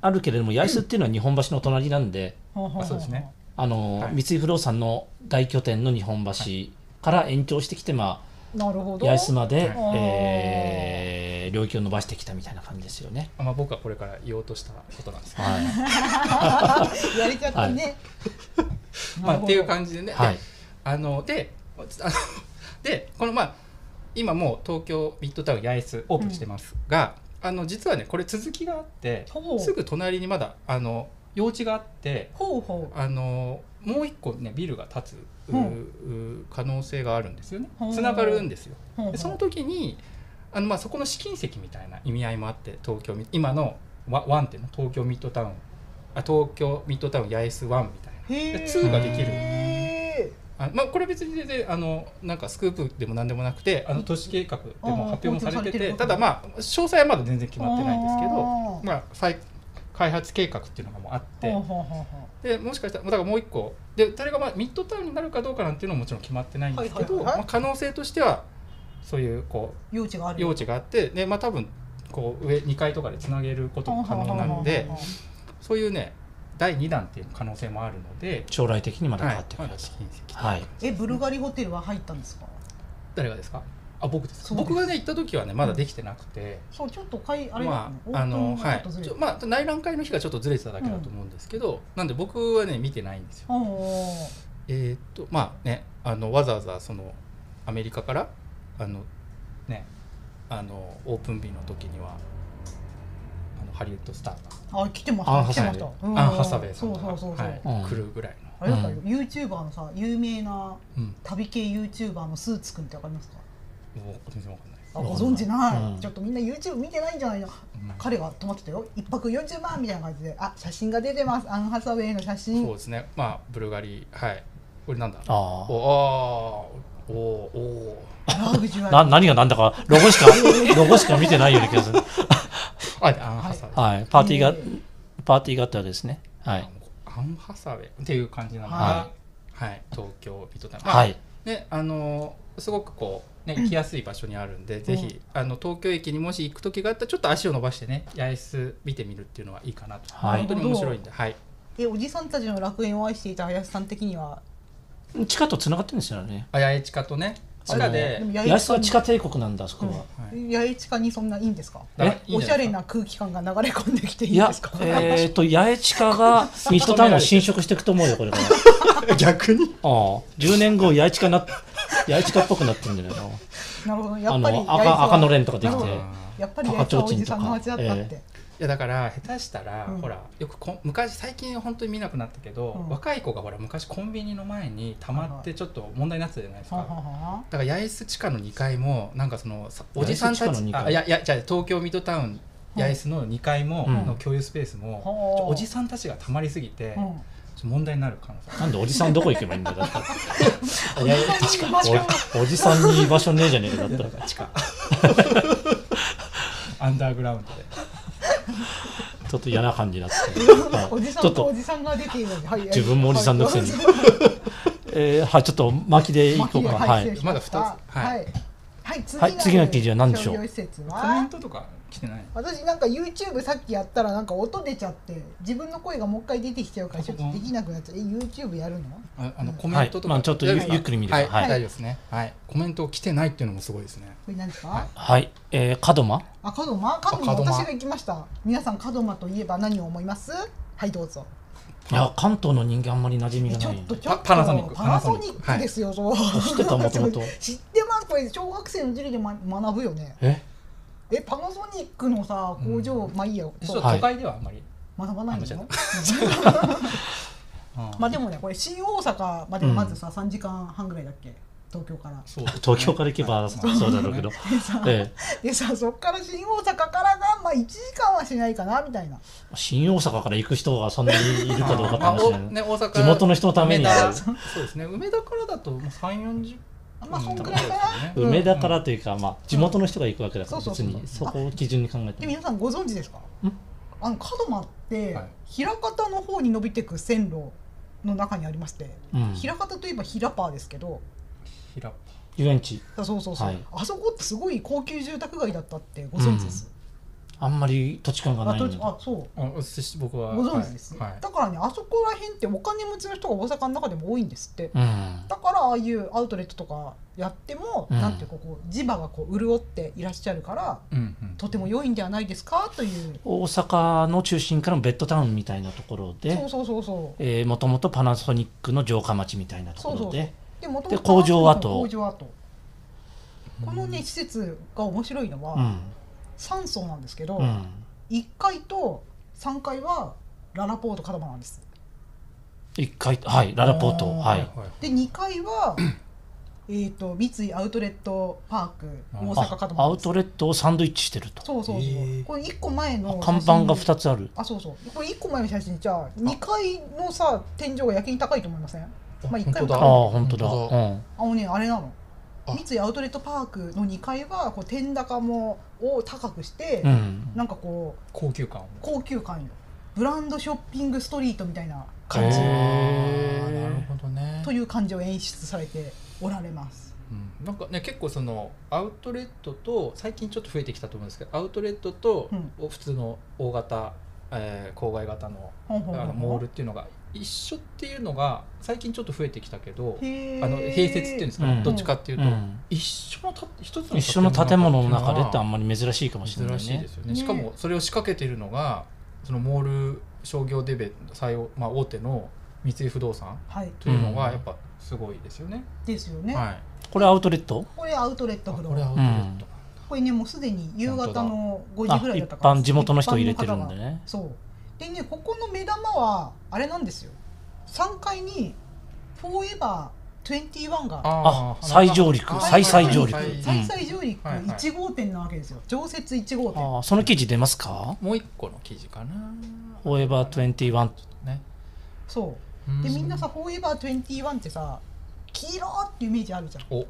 Speaker 1: あるけれども八重洲っていうのは日本橋の隣なんで、
Speaker 2: はんはん
Speaker 3: あそうですね
Speaker 1: あの
Speaker 3: はい
Speaker 1: 三井不動産の大拠点の日本橋から延長してきて、ま
Speaker 2: なるほ
Speaker 1: あ、
Speaker 2: ど
Speaker 1: 八重洲まで、
Speaker 3: はい
Speaker 1: えー領域を伸ばしてきたみたいな感じですよね。
Speaker 3: まあ、僕はこれから言おうとしたことなんですけど、
Speaker 1: はい
Speaker 2: やれちゃったね、
Speaker 3: まあ、っていう
Speaker 2: じ
Speaker 3: 感じでね、
Speaker 1: は
Speaker 3: で
Speaker 1: い
Speaker 3: あので あのでこのまあ今もう東京ミッドタウン八重洲オープンしてますが、あの実はねこれ続きがあって
Speaker 2: ほう
Speaker 3: すぐ隣にまだあの用地があって
Speaker 2: ほうほう
Speaker 3: あのもう一個ねビルが建つ、うう可能性があるんですよね
Speaker 2: ほう
Speaker 3: つながるんですよ。
Speaker 2: ほうほう
Speaker 3: でその時にあのまあそこの試金石みたいな意味合いもあって東京ミ今のワワンっていうの東京ミッドタウンあ東京ミッドタウン八重洲ワンみたい
Speaker 2: へ
Speaker 3: なでツーができる
Speaker 2: る
Speaker 3: あまあこれ別に全然あのなんかスクープでも何でもなくてあの都市計画でも発表もされて
Speaker 2: うんうん公表されて
Speaker 3: て
Speaker 2: る
Speaker 3: ただまあ詳細はまだ全然決まってないんですけど
Speaker 2: ど
Speaker 3: まあ再開発計画っていうのがもうあって
Speaker 2: ほうほうほうほ
Speaker 3: でもしかしたらだからもう一個で誰がまあミッドタウンになるかどうかなんていうのももちろん決まってないんですけど、
Speaker 2: はいはいはい
Speaker 3: まあ、可能性としてはそういうこう
Speaker 2: う用地がある
Speaker 3: 用地があってで、まあ、多分こう上2階とかでつなげることも可能なのでそういうね第2弾っていう可能性もあるので、
Speaker 1: 将来的にまた変わってく
Speaker 3: はい
Speaker 1: る
Speaker 3: まだ試金石
Speaker 1: はい
Speaker 2: えブルガリホテルは入ったんですか
Speaker 3: 誰がですかあ僕です
Speaker 2: そうです
Speaker 3: 僕がね行った時はねまだできてなくて、
Speaker 2: そうちょっとかいあれです
Speaker 3: ま
Speaker 2: ね
Speaker 3: ああの
Speaker 2: オープンが
Speaker 3: は
Speaker 2: ちょっ
Speaker 3: い
Speaker 2: とずれ
Speaker 3: ち
Speaker 2: て
Speaker 3: ょまあ内覧会の日がちょっとずれてただけだと思うんですけど、なんで僕はね見てないんですよ。
Speaker 2: おお
Speaker 3: えーっとまあねあのわざわざそのアメリカからあのねあのオープン日の時にはあのハリウッドスターが
Speaker 2: あ来てまし
Speaker 1: ア
Speaker 2: た
Speaker 1: ンハ
Speaker 2: 来て
Speaker 1: サウェイ
Speaker 2: ました
Speaker 3: アン・ハサウェイさ
Speaker 2: そう
Speaker 3: んが
Speaker 2: そうそうそう、
Speaker 3: はい
Speaker 1: うん
Speaker 3: 来るぐらい
Speaker 2: あれだった
Speaker 1: う
Speaker 2: よ、ユーチューバーのさ有名な
Speaker 3: の、うん、
Speaker 2: 旅系ユーチューバーのスーツくんってわかりますか
Speaker 3: もう全然わかんないです
Speaker 2: あ
Speaker 1: わか
Speaker 2: ご
Speaker 1: んない
Speaker 2: 存知ない、
Speaker 1: うん
Speaker 2: ちょっとみんな YouTube 見てないんじゃないの
Speaker 3: うん
Speaker 2: 彼が泊まってたよ一泊40万みたいな感じであ写真が出てますアンハサウェイの写真
Speaker 3: そうですねまあブルガリはいこれなんだ
Speaker 1: あ
Speaker 3: おあーおーお
Speaker 2: ラグジュ
Speaker 1: あ
Speaker 2: ア
Speaker 1: な何
Speaker 2: リー
Speaker 1: が何だかロゴしかロゴしか見てないような気がする、
Speaker 3: ーあアン・ハサウェイ、
Speaker 1: はい、パーティーが
Speaker 2: ええ
Speaker 1: パーティーがあったわけですねはい
Speaker 3: アン・ハサウェイっていう感じなのがは、
Speaker 2: はい
Speaker 3: 東京ビットタウン、まあ
Speaker 1: はい
Speaker 3: ねあのーすごくこうね行きやすい場所にあるんで、ぜひあの東京駅にもし行く時があったらちょっと足を伸ばしてね八重洲見てみるっていうのはいいかなと、
Speaker 1: はい
Speaker 3: 本当に面白いんではい
Speaker 2: えおじさんたちの楽園を愛していた林さん的には
Speaker 1: 地下とつながってるんですよね
Speaker 3: あ八重地下とね地下で
Speaker 2: でも八重
Speaker 1: 安
Speaker 2: 地
Speaker 1: は地
Speaker 2: 下に
Speaker 1: 下帝国なんだあそこは、
Speaker 3: はい
Speaker 2: 八重地下にそんないいんですか
Speaker 1: え
Speaker 3: だからいいん
Speaker 2: お
Speaker 3: じ
Speaker 2: し
Speaker 3: ゃ
Speaker 2: ゃ
Speaker 3: ない
Speaker 2: れ
Speaker 3: ですか
Speaker 2: な空気感が流れ込んできていい
Speaker 1: い
Speaker 2: ん
Speaker 1: や
Speaker 2: ですか、
Speaker 1: えっと八重地下がミッドタウンを侵食していくと思うよこれから
Speaker 3: 逆に
Speaker 1: ああ10年後八重地下な八重地下っぽくなってるんじゃないの
Speaker 2: なるほどや
Speaker 1: あ
Speaker 2: っぱり
Speaker 1: の赤赤のれ
Speaker 2: ん
Speaker 1: んとかでき
Speaker 2: な
Speaker 1: て
Speaker 2: るほどやっぱり八重地はおじさんの味だったっ
Speaker 1: 赤ちょ
Speaker 2: て
Speaker 3: いやだから下手したら、
Speaker 2: うん
Speaker 3: ほらよくこん昔最近本当に見なくなったけど、
Speaker 2: うん
Speaker 3: 若い子がほら昔コンビニの前にたまってちょっと問題になってたじゃないですか、
Speaker 2: ははは
Speaker 3: だから八重洲地下の2階もなんかそのさおじさんた
Speaker 1: 八重洲地下の
Speaker 3: ち
Speaker 1: 二階
Speaker 3: あいやいやじゃあ東京ミッドタウン八重洲の2階も、
Speaker 1: うん
Speaker 3: の共有スペースも、
Speaker 2: は
Speaker 3: おじさんたちがたまりすぎて、
Speaker 2: うん
Speaker 3: ちょっと問題になる可能性ある
Speaker 1: なんでおじさんどこ行けばいいんだよだったら
Speaker 2: おじさんに場所を
Speaker 1: おおじさんに居場所ねえじゃねえかだったら
Speaker 3: 地下アンダーグラウンドで
Speaker 1: ちょっと嫌な感じになってきたはい
Speaker 2: おじさ
Speaker 1: ちょっ
Speaker 2: んとお
Speaker 1: と
Speaker 2: じさんが出ているのに、はい、
Speaker 1: 自分もおじさんのくせに
Speaker 2: はい
Speaker 1: えーはいちょっと巻きでいこうか は
Speaker 2: はい
Speaker 1: い
Speaker 2: 失礼しました
Speaker 3: まだ二つは
Speaker 2: はいい、はい、次
Speaker 1: はい次の記事は何でしょう
Speaker 2: 商業施設は
Speaker 3: コメントとか来てない
Speaker 2: 私なんか YouTube さっきやったらなんか音出ちゃって自分の声がもう一回出てきちゃうからちょっとできなくなっちゃうえ YouTube やるの
Speaker 3: ああのコメントとか、
Speaker 1: まあちょっとゆ
Speaker 3: 大丈夫ですか
Speaker 1: ゆっくり見てください
Speaker 3: はい
Speaker 1: はい
Speaker 3: 大丈夫ですねはいコメント来てないっていうのもすごいですね
Speaker 2: これ何ですか、
Speaker 1: はいえー門間
Speaker 2: あ門真門
Speaker 3: あ
Speaker 2: 真
Speaker 3: 門真
Speaker 2: 私が行きました皆さん門真といえば何を思いますはいどうぞ
Speaker 1: いや関東の人間あんまり馴染み
Speaker 2: え
Speaker 1: が
Speaker 2: ちょ
Speaker 1: な
Speaker 2: っ
Speaker 1: いん
Speaker 2: と
Speaker 1: で
Speaker 2: ちょっと
Speaker 3: パパナソニック
Speaker 2: パナソニックですよ、そう
Speaker 1: 知ってた元々
Speaker 2: 知ってますこれ小学生の授業で、ま、学ぶよね
Speaker 1: え
Speaker 2: えパナソニックのさ工場、まあいいや
Speaker 3: ち
Speaker 2: そ
Speaker 3: ょっと
Speaker 2: う
Speaker 1: はい
Speaker 3: 都会ではあんまり、
Speaker 2: 学ばない
Speaker 3: あ間違
Speaker 2: の
Speaker 3: えあー
Speaker 2: まあでもねこれ新大阪まではまずさ、三時間半ぐらいだっけ東京から
Speaker 3: そうですね
Speaker 1: 東京から行けばそうだろうけど、
Speaker 2: でさ、
Speaker 1: え
Speaker 2: でさそっから新大阪からがまあ1時間はしないかなみたいな
Speaker 1: ー新大阪から行く人がそんなにいるかどうかって
Speaker 3: まあ
Speaker 1: 話
Speaker 3: お
Speaker 1: だよね
Speaker 3: ね大阪
Speaker 1: 地元の人のために
Speaker 3: 梅
Speaker 1: や
Speaker 3: 田
Speaker 1: る
Speaker 3: そうですね梅田からだともう3 4 0
Speaker 2: まあそんぐらいかな、うん
Speaker 1: 梅田からというか、まあ、地元の人が行くわけだから、
Speaker 2: そう
Speaker 1: 別
Speaker 2: そう
Speaker 1: にそこを基準に考え
Speaker 2: で
Speaker 1: ても
Speaker 2: 皆さんご存知ですかあの門真って、
Speaker 3: はい
Speaker 2: 枚方の方に伸びてく線路の中にありまして、
Speaker 1: うん
Speaker 2: 枚方といえば平パーですけど
Speaker 3: 平っ
Speaker 1: 遊園地
Speaker 2: だそうそうそう、
Speaker 1: はい
Speaker 2: あそこってすごい高級住宅街だったってご存知です、
Speaker 1: あんまり土地感が
Speaker 2: あ
Speaker 1: ない
Speaker 2: と
Speaker 1: んだ
Speaker 2: あそう
Speaker 3: ぱあ私僕は
Speaker 2: ご存知です、
Speaker 3: はいはい
Speaker 2: だからねあそこら辺ってお金持ちの人が大阪の中でも多いんですって、
Speaker 1: うん
Speaker 2: だからああいうアウトレットとかやっても、
Speaker 1: うん
Speaker 2: なんていうかこう地場がこう潤っていらっしゃるから
Speaker 3: うんうん
Speaker 2: とても良いんではないですかという、
Speaker 1: 大阪の中心からのベッドタウンみたいなところで
Speaker 2: そうそうそうそう
Speaker 1: えーもともとパナソニックの城下町みたいなところで
Speaker 2: そうそうで元々
Speaker 1: で工場跡
Speaker 2: 工場跡このね施設が面白いのは、
Speaker 1: うん
Speaker 2: 3層なんですけど、
Speaker 1: うん
Speaker 2: 1階と3階はララポート門真なんです
Speaker 1: 一回はいララポート
Speaker 3: あ
Speaker 1: はい、
Speaker 2: で2階 はえっと三井アウトレットパーク大
Speaker 1: あ
Speaker 2: 阪門真
Speaker 1: アウトレットをサンドイッチしてると
Speaker 2: そうそうそう、
Speaker 3: へー
Speaker 2: これ1個前の
Speaker 1: 看板が
Speaker 2: つ
Speaker 1: 2つある
Speaker 2: あそうそうこれ1個前の写真じゃあ2階のさ天井がやけに高いと思いませんあまあ一回も
Speaker 3: 本当だ
Speaker 1: ああ本当だ
Speaker 3: 本当
Speaker 2: のねあれなの
Speaker 3: あ
Speaker 2: 三井アウトレットパークの2階はこう天高もを高くして、
Speaker 1: うん、うん、
Speaker 2: なんかこう
Speaker 3: 高級感を
Speaker 2: 高級感よブランドショッピングストリートみたいな
Speaker 1: 感じ
Speaker 3: あ
Speaker 1: へ
Speaker 3: ー
Speaker 1: ー
Speaker 3: なるほどね
Speaker 2: という感じを演出されておられます
Speaker 3: うんなんかね結構そのアウトレットと最近ちょっと増えてきたと思うんですけどアウトレットと
Speaker 2: うん
Speaker 3: お普通の大型、えー郊外型の
Speaker 2: ほんほんほ
Speaker 3: あ
Speaker 2: ん
Speaker 3: の
Speaker 2: ほん
Speaker 3: モールっていうのが一緒っていうのが最近ちょっと増えてきたけど
Speaker 2: へー
Speaker 3: あの併設っていうんですか、
Speaker 1: うん
Speaker 3: どっちかっていうと、
Speaker 1: うん
Speaker 3: 一緒のた一つの
Speaker 1: 一緒の建物の中でってあ
Speaker 3: た
Speaker 1: んまり珍しいかもしれない
Speaker 3: 珍
Speaker 1: ね
Speaker 3: しいですよね
Speaker 2: ね
Speaker 3: しかもそれを仕掛けているのがそのモール商業デベ最大,、まあ、大手の三井不動産
Speaker 2: はい
Speaker 3: というの
Speaker 1: う
Speaker 3: が
Speaker 1: ん
Speaker 3: やっぱすごいですよね、
Speaker 2: ですよね、
Speaker 3: はい
Speaker 1: これアウトレット
Speaker 2: これアウトレット
Speaker 3: あ
Speaker 2: フロ
Speaker 3: これ
Speaker 2: ア
Speaker 3: ア
Speaker 2: こ
Speaker 3: ウトレット、
Speaker 2: れねもうすでに夕方の5
Speaker 1: あ
Speaker 2: 時ぐらい
Speaker 1: 一
Speaker 2: だったから
Speaker 1: 般地元の人を入れてるんで
Speaker 2: 一般の方が
Speaker 1: ね
Speaker 2: そうでねここの目玉はあれなんですよ3階に「フォーエバー21」が
Speaker 1: あ
Speaker 3: ー
Speaker 1: 再上陸
Speaker 3: あー
Speaker 1: 再々上陸
Speaker 3: はいはいはい
Speaker 1: うん
Speaker 2: 再々上陸
Speaker 3: はいはい
Speaker 2: 1号店なわけですよ常設1号店
Speaker 1: ああその記事出ますか
Speaker 3: もう一個の記事かな
Speaker 1: フォーエバー21
Speaker 3: ね
Speaker 2: そううでみんなさ「フォーエバー21」ってさ黄色ってイメージあるじゃん
Speaker 3: お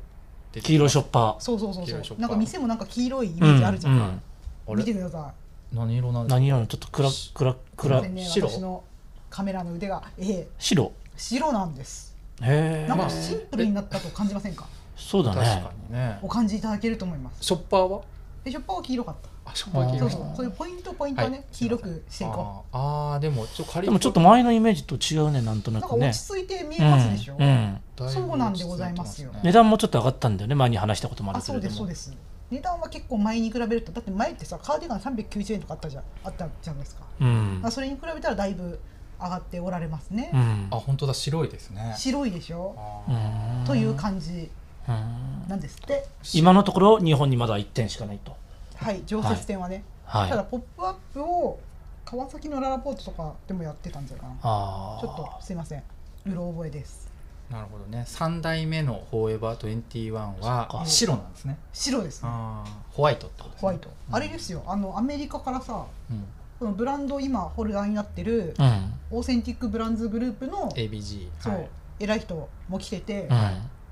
Speaker 1: 黄色いシ
Speaker 3: ょ
Speaker 1: ョッパ
Speaker 2: そうそうそう
Speaker 3: 黄
Speaker 2: そ
Speaker 3: 色いショッ
Speaker 2: う
Speaker 3: パ
Speaker 2: な
Speaker 3: ー
Speaker 2: んか店もなんか黄色いイメ
Speaker 1: ー
Speaker 2: ージあるじゃん、
Speaker 1: うんうん
Speaker 3: あ
Speaker 2: 見て
Speaker 3: れ
Speaker 2: くださ
Speaker 3: 何色なんですか
Speaker 1: 何色なのちょっと暗暗
Speaker 2: い、
Speaker 1: 暗
Speaker 2: でね、
Speaker 3: 白
Speaker 2: 私のカメラの腕がええ
Speaker 1: 白
Speaker 2: 白なんです
Speaker 1: へえ
Speaker 2: なんかシンプルになったと感じませんか
Speaker 1: そうだ
Speaker 3: 確
Speaker 1: ね
Speaker 3: かにね
Speaker 2: お感じいただけると思います
Speaker 3: ショッパーは
Speaker 2: でショッパーは黄色かった
Speaker 3: あショッパーは黄
Speaker 2: そ
Speaker 3: 色
Speaker 2: うそう、そういうポイントポイント
Speaker 3: は
Speaker 2: を
Speaker 3: い
Speaker 2: ね、黄色くしていこ
Speaker 3: あーあーでもちょっと仮
Speaker 1: で
Speaker 3: に
Speaker 1: もちょっと前のイメージと違うねなんと
Speaker 2: う。
Speaker 1: な
Speaker 2: なんか
Speaker 1: くね
Speaker 2: 落ち着いて見えますでしょ。
Speaker 1: うんうん
Speaker 3: だいぶ
Speaker 2: そうなんでございますよ
Speaker 3: 落ち着いてま
Speaker 1: 値段もちょっと上がったんだよね前に話したこともある
Speaker 2: あ
Speaker 1: け
Speaker 2: そ
Speaker 1: れ
Speaker 2: う
Speaker 1: ど
Speaker 2: ですそう
Speaker 1: も
Speaker 2: です値段は結構前に比べるとだって前ってさカーディガン390円とかあったじゃあったじゃないですか,、
Speaker 1: うん
Speaker 2: あそれに比べたらだいぶ上がっておられますね
Speaker 1: う、ん
Speaker 3: あ本当だ白いですね
Speaker 2: 白いでしょ
Speaker 3: あ
Speaker 1: う
Speaker 3: ー
Speaker 1: ん
Speaker 2: という感じ
Speaker 1: うん
Speaker 2: なんですって、
Speaker 1: 今のところ日本にまだ1点しかないと
Speaker 2: はい常設店はね、
Speaker 1: はい
Speaker 2: ただ
Speaker 1: あ
Speaker 2: 「ポップアップを川崎のララポートとかでもやってたんじゃないかな
Speaker 1: あ
Speaker 2: ちょっとすいませんうろ覚えです
Speaker 3: なるほどね3代目のフォーエバー21
Speaker 1: そっ
Speaker 3: は
Speaker 1: か
Speaker 3: 白なんですね
Speaker 2: 白ですね
Speaker 3: あーホワイトってことですね
Speaker 2: ホワイト、
Speaker 3: うん
Speaker 2: あれですよあのアメリカからさ
Speaker 3: うん
Speaker 2: このブランド今ホルダーになってる
Speaker 1: うん
Speaker 2: オーセンティックブランズグループの
Speaker 3: ABG
Speaker 2: そう、
Speaker 3: はい
Speaker 2: 偉い人も来てて、
Speaker 1: うん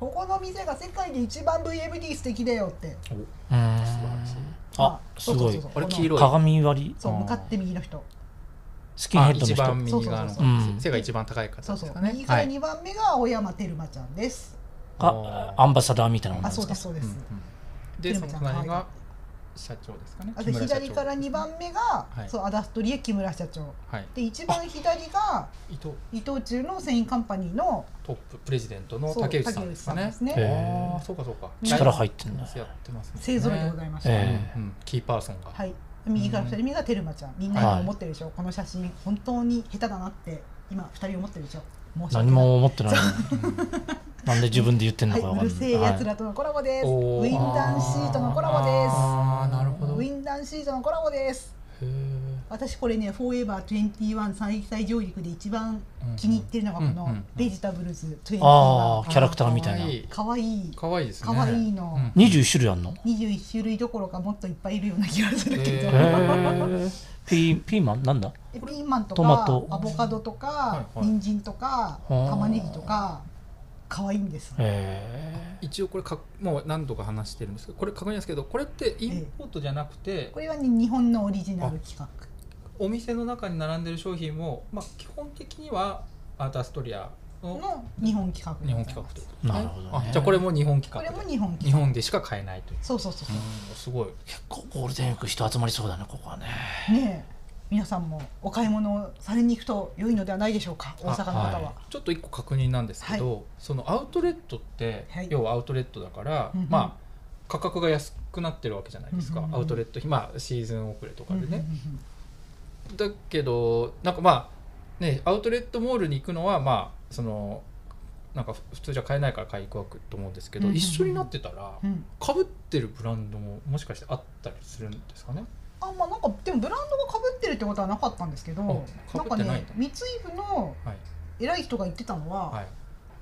Speaker 2: ここの店が世界で一番 VMD 素敵だよって
Speaker 1: うん
Speaker 3: らしい
Speaker 1: あす
Speaker 2: そう
Speaker 1: ご
Speaker 2: そう
Speaker 1: い
Speaker 2: そうそう
Speaker 3: あれ
Speaker 2: この
Speaker 3: 黄色い
Speaker 1: 鏡割り
Speaker 2: そう
Speaker 3: あー
Speaker 2: 向かって右の人
Speaker 1: スキン
Speaker 3: あ
Speaker 1: ヘッド
Speaker 3: 一
Speaker 1: の
Speaker 3: 番
Speaker 1: 人
Speaker 3: 右側の
Speaker 2: そうそう
Speaker 1: そう
Speaker 3: 背が一番高い
Speaker 2: そ
Speaker 3: 方
Speaker 2: う
Speaker 3: で
Speaker 2: そ
Speaker 3: す
Speaker 2: う
Speaker 3: かね
Speaker 2: 右から
Speaker 3: はい
Speaker 2: 2番目が青山テルマちゃんです、
Speaker 1: がアンバサダーみたいなもん
Speaker 2: あ
Speaker 1: なん
Speaker 2: そ
Speaker 1: ですか
Speaker 2: うですそうで、
Speaker 3: ですすでそ
Speaker 2: テルマ
Speaker 3: の
Speaker 2: ちゃん
Speaker 3: 隣
Speaker 2: 可愛
Speaker 3: が
Speaker 2: かっ
Speaker 3: 社長ですかね
Speaker 2: あと左から2番目が、
Speaker 3: はい
Speaker 2: そうアダストリエ木村社長
Speaker 3: はい
Speaker 2: で一番左が
Speaker 3: 伊藤
Speaker 2: 伊藤忠の繊維カンパニーの
Speaker 3: トッププレジデントの
Speaker 2: そう
Speaker 3: 竹内さんですか
Speaker 2: 竹
Speaker 3: ね
Speaker 2: 内さんです
Speaker 1: へ
Speaker 2: ね
Speaker 1: え
Speaker 3: ああそうかそうか
Speaker 1: 力入ってんだ
Speaker 3: やってますね
Speaker 2: 勢ぞろいでございました、
Speaker 1: ええ
Speaker 3: うんうんキーパーソンが
Speaker 2: はい右から2人目がテルマちゃんみんな今思ってるでしょ、この写真本当に下手だなって今2人思ってるでしょ申し訳ない
Speaker 1: 何も思ってないのに
Speaker 3: うん
Speaker 1: なんで自分で言ってんの
Speaker 2: はい、
Speaker 1: かわか
Speaker 2: うんる
Speaker 1: な
Speaker 2: せ
Speaker 1: い
Speaker 2: えやつ
Speaker 1: は
Speaker 2: らとのコラボです、
Speaker 3: お
Speaker 2: ウ
Speaker 3: ー
Speaker 2: ィンダンシートのコラボで
Speaker 3: ああなるほ
Speaker 2: す
Speaker 3: ど
Speaker 2: ウ
Speaker 3: へ
Speaker 2: ィンダンシートのコラボです
Speaker 3: え
Speaker 2: 私これね「フォーエバー21最最上陸」で一番気に入ってるのがこ
Speaker 3: うんうんう
Speaker 2: の
Speaker 3: ん
Speaker 2: 「ベジタブルズ
Speaker 1: いああ」
Speaker 2: 21
Speaker 1: キャラクターみたいな
Speaker 3: 可愛
Speaker 2: かわい
Speaker 3: い
Speaker 2: い
Speaker 3: かわいいですね
Speaker 2: かわいいの
Speaker 3: うん
Speaker 1: 21種類あんの
Speaker 2: 21種類どころかもっといっぱいいるような気がするけど、
Speaker 1: へ
Speaker 3: へ
Speaker 1: えピーピーマンなんだ
Speaker 2: でピーマンとか
Speaker 1: トマト
Speaker 2: アボカドとか、
Speaker 3: いはい
Speaker 2: 人参とか
Speaker 1: はあ
Speaker 2: 玉ねぎとかかわいいんです
Speaker 1: え
Speaker 3: 一応これかもう何度か話してるんですけどこれ確認ですけどこれってインポートじゃなくて
Speaker 2: これはね日本のオリジナル企画
Speaker 3: お店の中に並んでる商品も、まあ、基本的にはアートアストリアの
Speaker 2: の日本企画
Speaker 3: 日本企画ということですね
Speaker 1: なるほどね
Speaker 3: あじゃあこれも日本
Speaker 2: こ
Speaker 3: 企
Speaker 2: れ
Speaker 3: 画
Speaker 2: も
Speaker 3: で
Speaker 2: 日本企
Speaker 3: 日
Speaker 2: 画
Speaker 3: 本でしか買えないという、
Speaker 2: そうそうそうそう
Speaker 3: うん、すごい
Speaker 1: 結構ゴールデンウィーク人集まりそうだねここはね
Speaker 2: ねえ皆さんもお買い物をされに行くと良いのではないでしょうか大阪の方は、
Speaker 1: は
Speaker 3: ちょっと一個確認なんですけど、そのアウトレットって、
Speaker 2: はい
Speaker 3: 要はアウトレットだから、
Speaker 2: うんうん
Speaker 3: まあ価格が安くなってるわけじゃないですか、
Speaker 2: うんうんうん
Speaker 3: アウトレットまあシーズン遅れとかでね、
Speaker 2: うん
Speaker 3: だけどなんかまあねアウトレットモールに行くのはまあそのなんかふ普通じゃ買えないから買いに行くわと思うんですけど、
Speaker 2: うんうんうん
Speaker 3: 一緒になってたら
Speaker 2: うんうんうん
Speaker 3: かぶってるブランドももしかしてあったりするんですかね
Speaker 2: あまあなんかでもブランドが被ってるってことはなかったんですけど
Speaker 3: あ
Speaker 2: なんか
Speaker 3: 被ってない
Speaker 2: ね
Speaker 3: んだ
Speaker 2: 三井不の
Speaker 3: はい
Speaker 2: 偉い人が言ってたのは、
Speaker 3: はい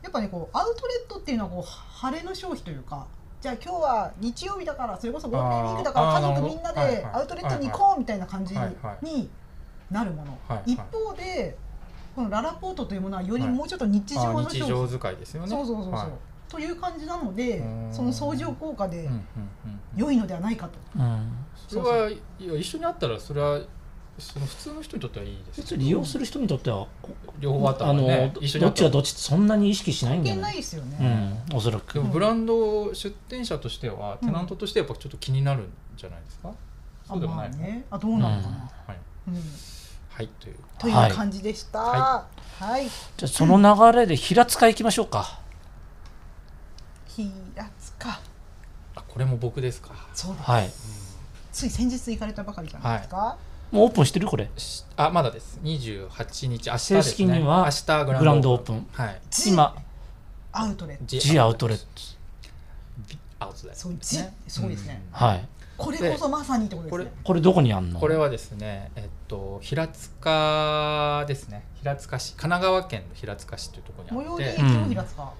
Speaker 2: やっぱねこうアウトレットっていうのはこう晴れの消費というかじゃあ今日は日曜日だからそれこそゴールデンウィークだから
Speaker 3: あー
Speaker 2: 家族みんな
Speaker 3: あーなるほ
Speaker 2: で
Speaker 3: どはいはい
Speaker 2: アウトレットに行こうみたいな感じ
Speaker 3: はいはい
Speaker 2: になるもの
Speaker 3: はいはい
Speaker 2: 一方でこのララポートというものはより
Speaker 3: はい
Speaker 2: もうちょっと日常
Speaker 3: あ
Speaker 2: の
Speaker 3: ー
Speaker 2: 消
Speaker 3: 日
Speaker 2: 費、
Speaker 3: 常使いですよね
Speaker 2: そうそうそうそう、
Speaker 3: はい
Speaker 2: という感じなので
Speaker 3: うーん
Speaker 2: その相乗効果
Speaker 3: うん
Speaker 2: で
Speaker 3: うんうんうん
Speaker 2: 良いのではないかと、
Speaker 1: うん
Speaker 3: それはいや一緒にあったらそれはその普通の人にとってはいいですよ
Speaker 1: 別に利用する人にとっては
Speaker 3: 両方あった
Speaker 1: あ
Speaker 3: ら
Speaker 1: の
Speaker 3: ね
Speaker 1: ど
Speaker 3: 一緒に
Speaker 1: ど
Speaker 3: あ
Speaker 1: っ
Speaker 3: った
Speaker 1: ちが
Speaker 3: ら
Speaker 1: どっちってそんなに意識しないん
Speaker 2: 関
Speaker 1: だ
Speaker 2: 係
Speaker 1: よ
Speaker 2: ない
Speaker 1: ね
Speaker 2: ですよ
Speaker 1: う
Speaker 2: ね、
Speaker 1: んおそらく
Speaker 3: でもブランドを出店者としては、
Speaker 2: うん
Speaker 3: テナントとしてやっぱちょっと気になるんじゃないですか、そうでも
Speaker 2: あま
Speaker 3: な
Speaker 2: あ
Speaker 3: い、
Speaker 2: ねあどうなのかな、
Speaker 3: はい
Speaker 2: うん
Speaker 3: はいという
Speaker 2: という感じでしたは、
Speaker 3: は
Speaker 2: は
Speaker 3: い
Speaker 2: い、
Speaker 1: じゃあその流れで平塚行きましょうか
Speaker 2: 平塚
Speaker 3: あこれも僕ですか
Speaker 2: そうです、
Speaker 1: はい
Speaker 2: つい先日行かれたばかりじゃないですか、
Speaker 1: もうオープンしてるこれ
Speaker 3: しあまだです28日明日です、
Speaker 1: 正
Speaker 3: ね、
Speaker 1: 式には
Speaker 3: 明日グ
Speaker 1: グラ
Speaker 3: ラ
Speaker 1: ン
Speaker 3: ン
Speaker 1: ド
Speaker 3: ド
Speaker 1: オ
Speaker 3: オ
Speaker 1: ー
Speaker 3: ー
Speaker 1: プン
Speaker 3: プンはい
Speaker 1: 今
Speaker 2: アウトレット
Speaker 1: G アウトレット
Speaker 3: アウトレット
Speaker 2: そうじ、そうですね、
Speaker 1: はい
Speaker 2: これこそまさにってことですね
Speaker 1: これどこにあんの
Speaker 3: これはですねえっと平塚ですね平塚市神奈川県の平塚市というところ
Speaker 2: 最
Speaker 3: にあ
Speaker 2: 寄
Speaker 3: っ
Speaker 2: り駅
Speaker 3: て、
Speaker 2: の平塚、
Speaker 3: ま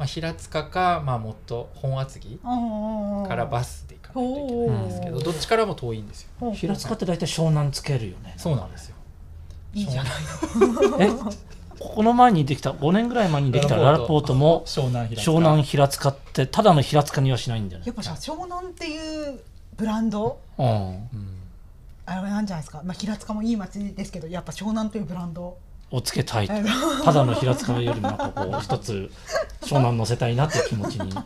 Speaker 3: あ、平塚か、まあ、もっと本厚木
Speaker 2: ああ
Speaker 3: からバ
Speaker 2: ス
Speaker 3: スで行かないといけないんですけ
Speaker 1: お
Speaker 3: どどっちからも遠いんですよ
Speaker 1: 平塚って大体湘南つけるよね
Speaker 3: そうなんですよ
Speaker 2: いいじゃん
Speaker 1: えここの前にできた5年ぐらい前にできたララポートも
Speaker 3: 湘南平
Speaker 1: 湘南平塚ってただの平塚にはしないんだよ
Speaker 2: や
Speaker 1: ね
Speaker 2: っぱさ湘南っていうブランド
Speaker 1: うん
Speaker 3: うん
Speaker 2: あれなんじゃないですか、まあ、平塚もいい街ですけどやっぱ湘南というブラン ド
Speaker 1: をつけたいと
Speaker 2: えっと
Speaker 1: ただの平塚よりもなんかこう一つ湘南乗せたいなっていう気持ち に
Speaker 3: うん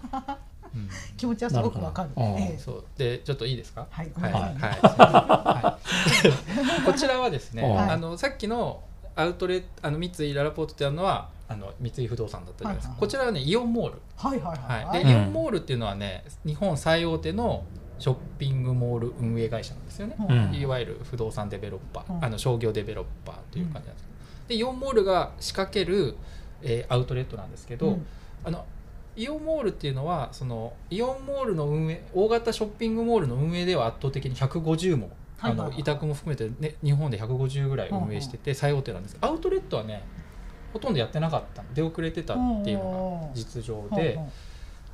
Speaker 2: 気持ちはすごくわかる、
Speaker 1: なるほど
Speaker 2: ええ
Speaker 3: そうでちょっといいですか
Speaker 2: はいご
Speaker 3: は
Speaker 2: めん
Speaker 3: い、
Speaker 2: な
Speaker 3: はい
Speaker 2: さい、
Speaker 3: はいこちらはですね、
Speaker 1: はい
Speaker 3: あのさっきのアウトレあの三井ララポートってあるのはあの三井不動産だったじゃないですか、
Speaker 2: はいはいはい
Speaker 3: こちらはねイオンモール、
Speaker 2: はいはい
Speaker 3: は
Speaker 2: はいい
Speaker 3: で
Speaker 2: は
Speaker 3: イ
Speaker 2: い
Speaker 1: うん
Speaker 3: オンモールっていうのはね日本最大手のショッピングモール運営会社なんですよね、
Speaker 2: うん
Speaker 1: うん
Speaker 3: いわゆる不動産デベロッパー、
Speaker 2: うん
Speaker 3: あの商業デベロッパーという感じなんですけど、でイオンモールが仕掛ける、えーアウトレットなんですけど、
Speaker 2: うん
Speaker 3: あのイオンモールっていうのはそのイオンモールの運営大型ショッピングモールの運営では圧倒的に150も、
Speaker 2: はいはいはい
Speaker 3: あの委託も含めて、ね、日本で150ぐらい運営してて最大手なんですけどアウトレットはねほとんどやってなかった出遅れてたっていうのが実情で。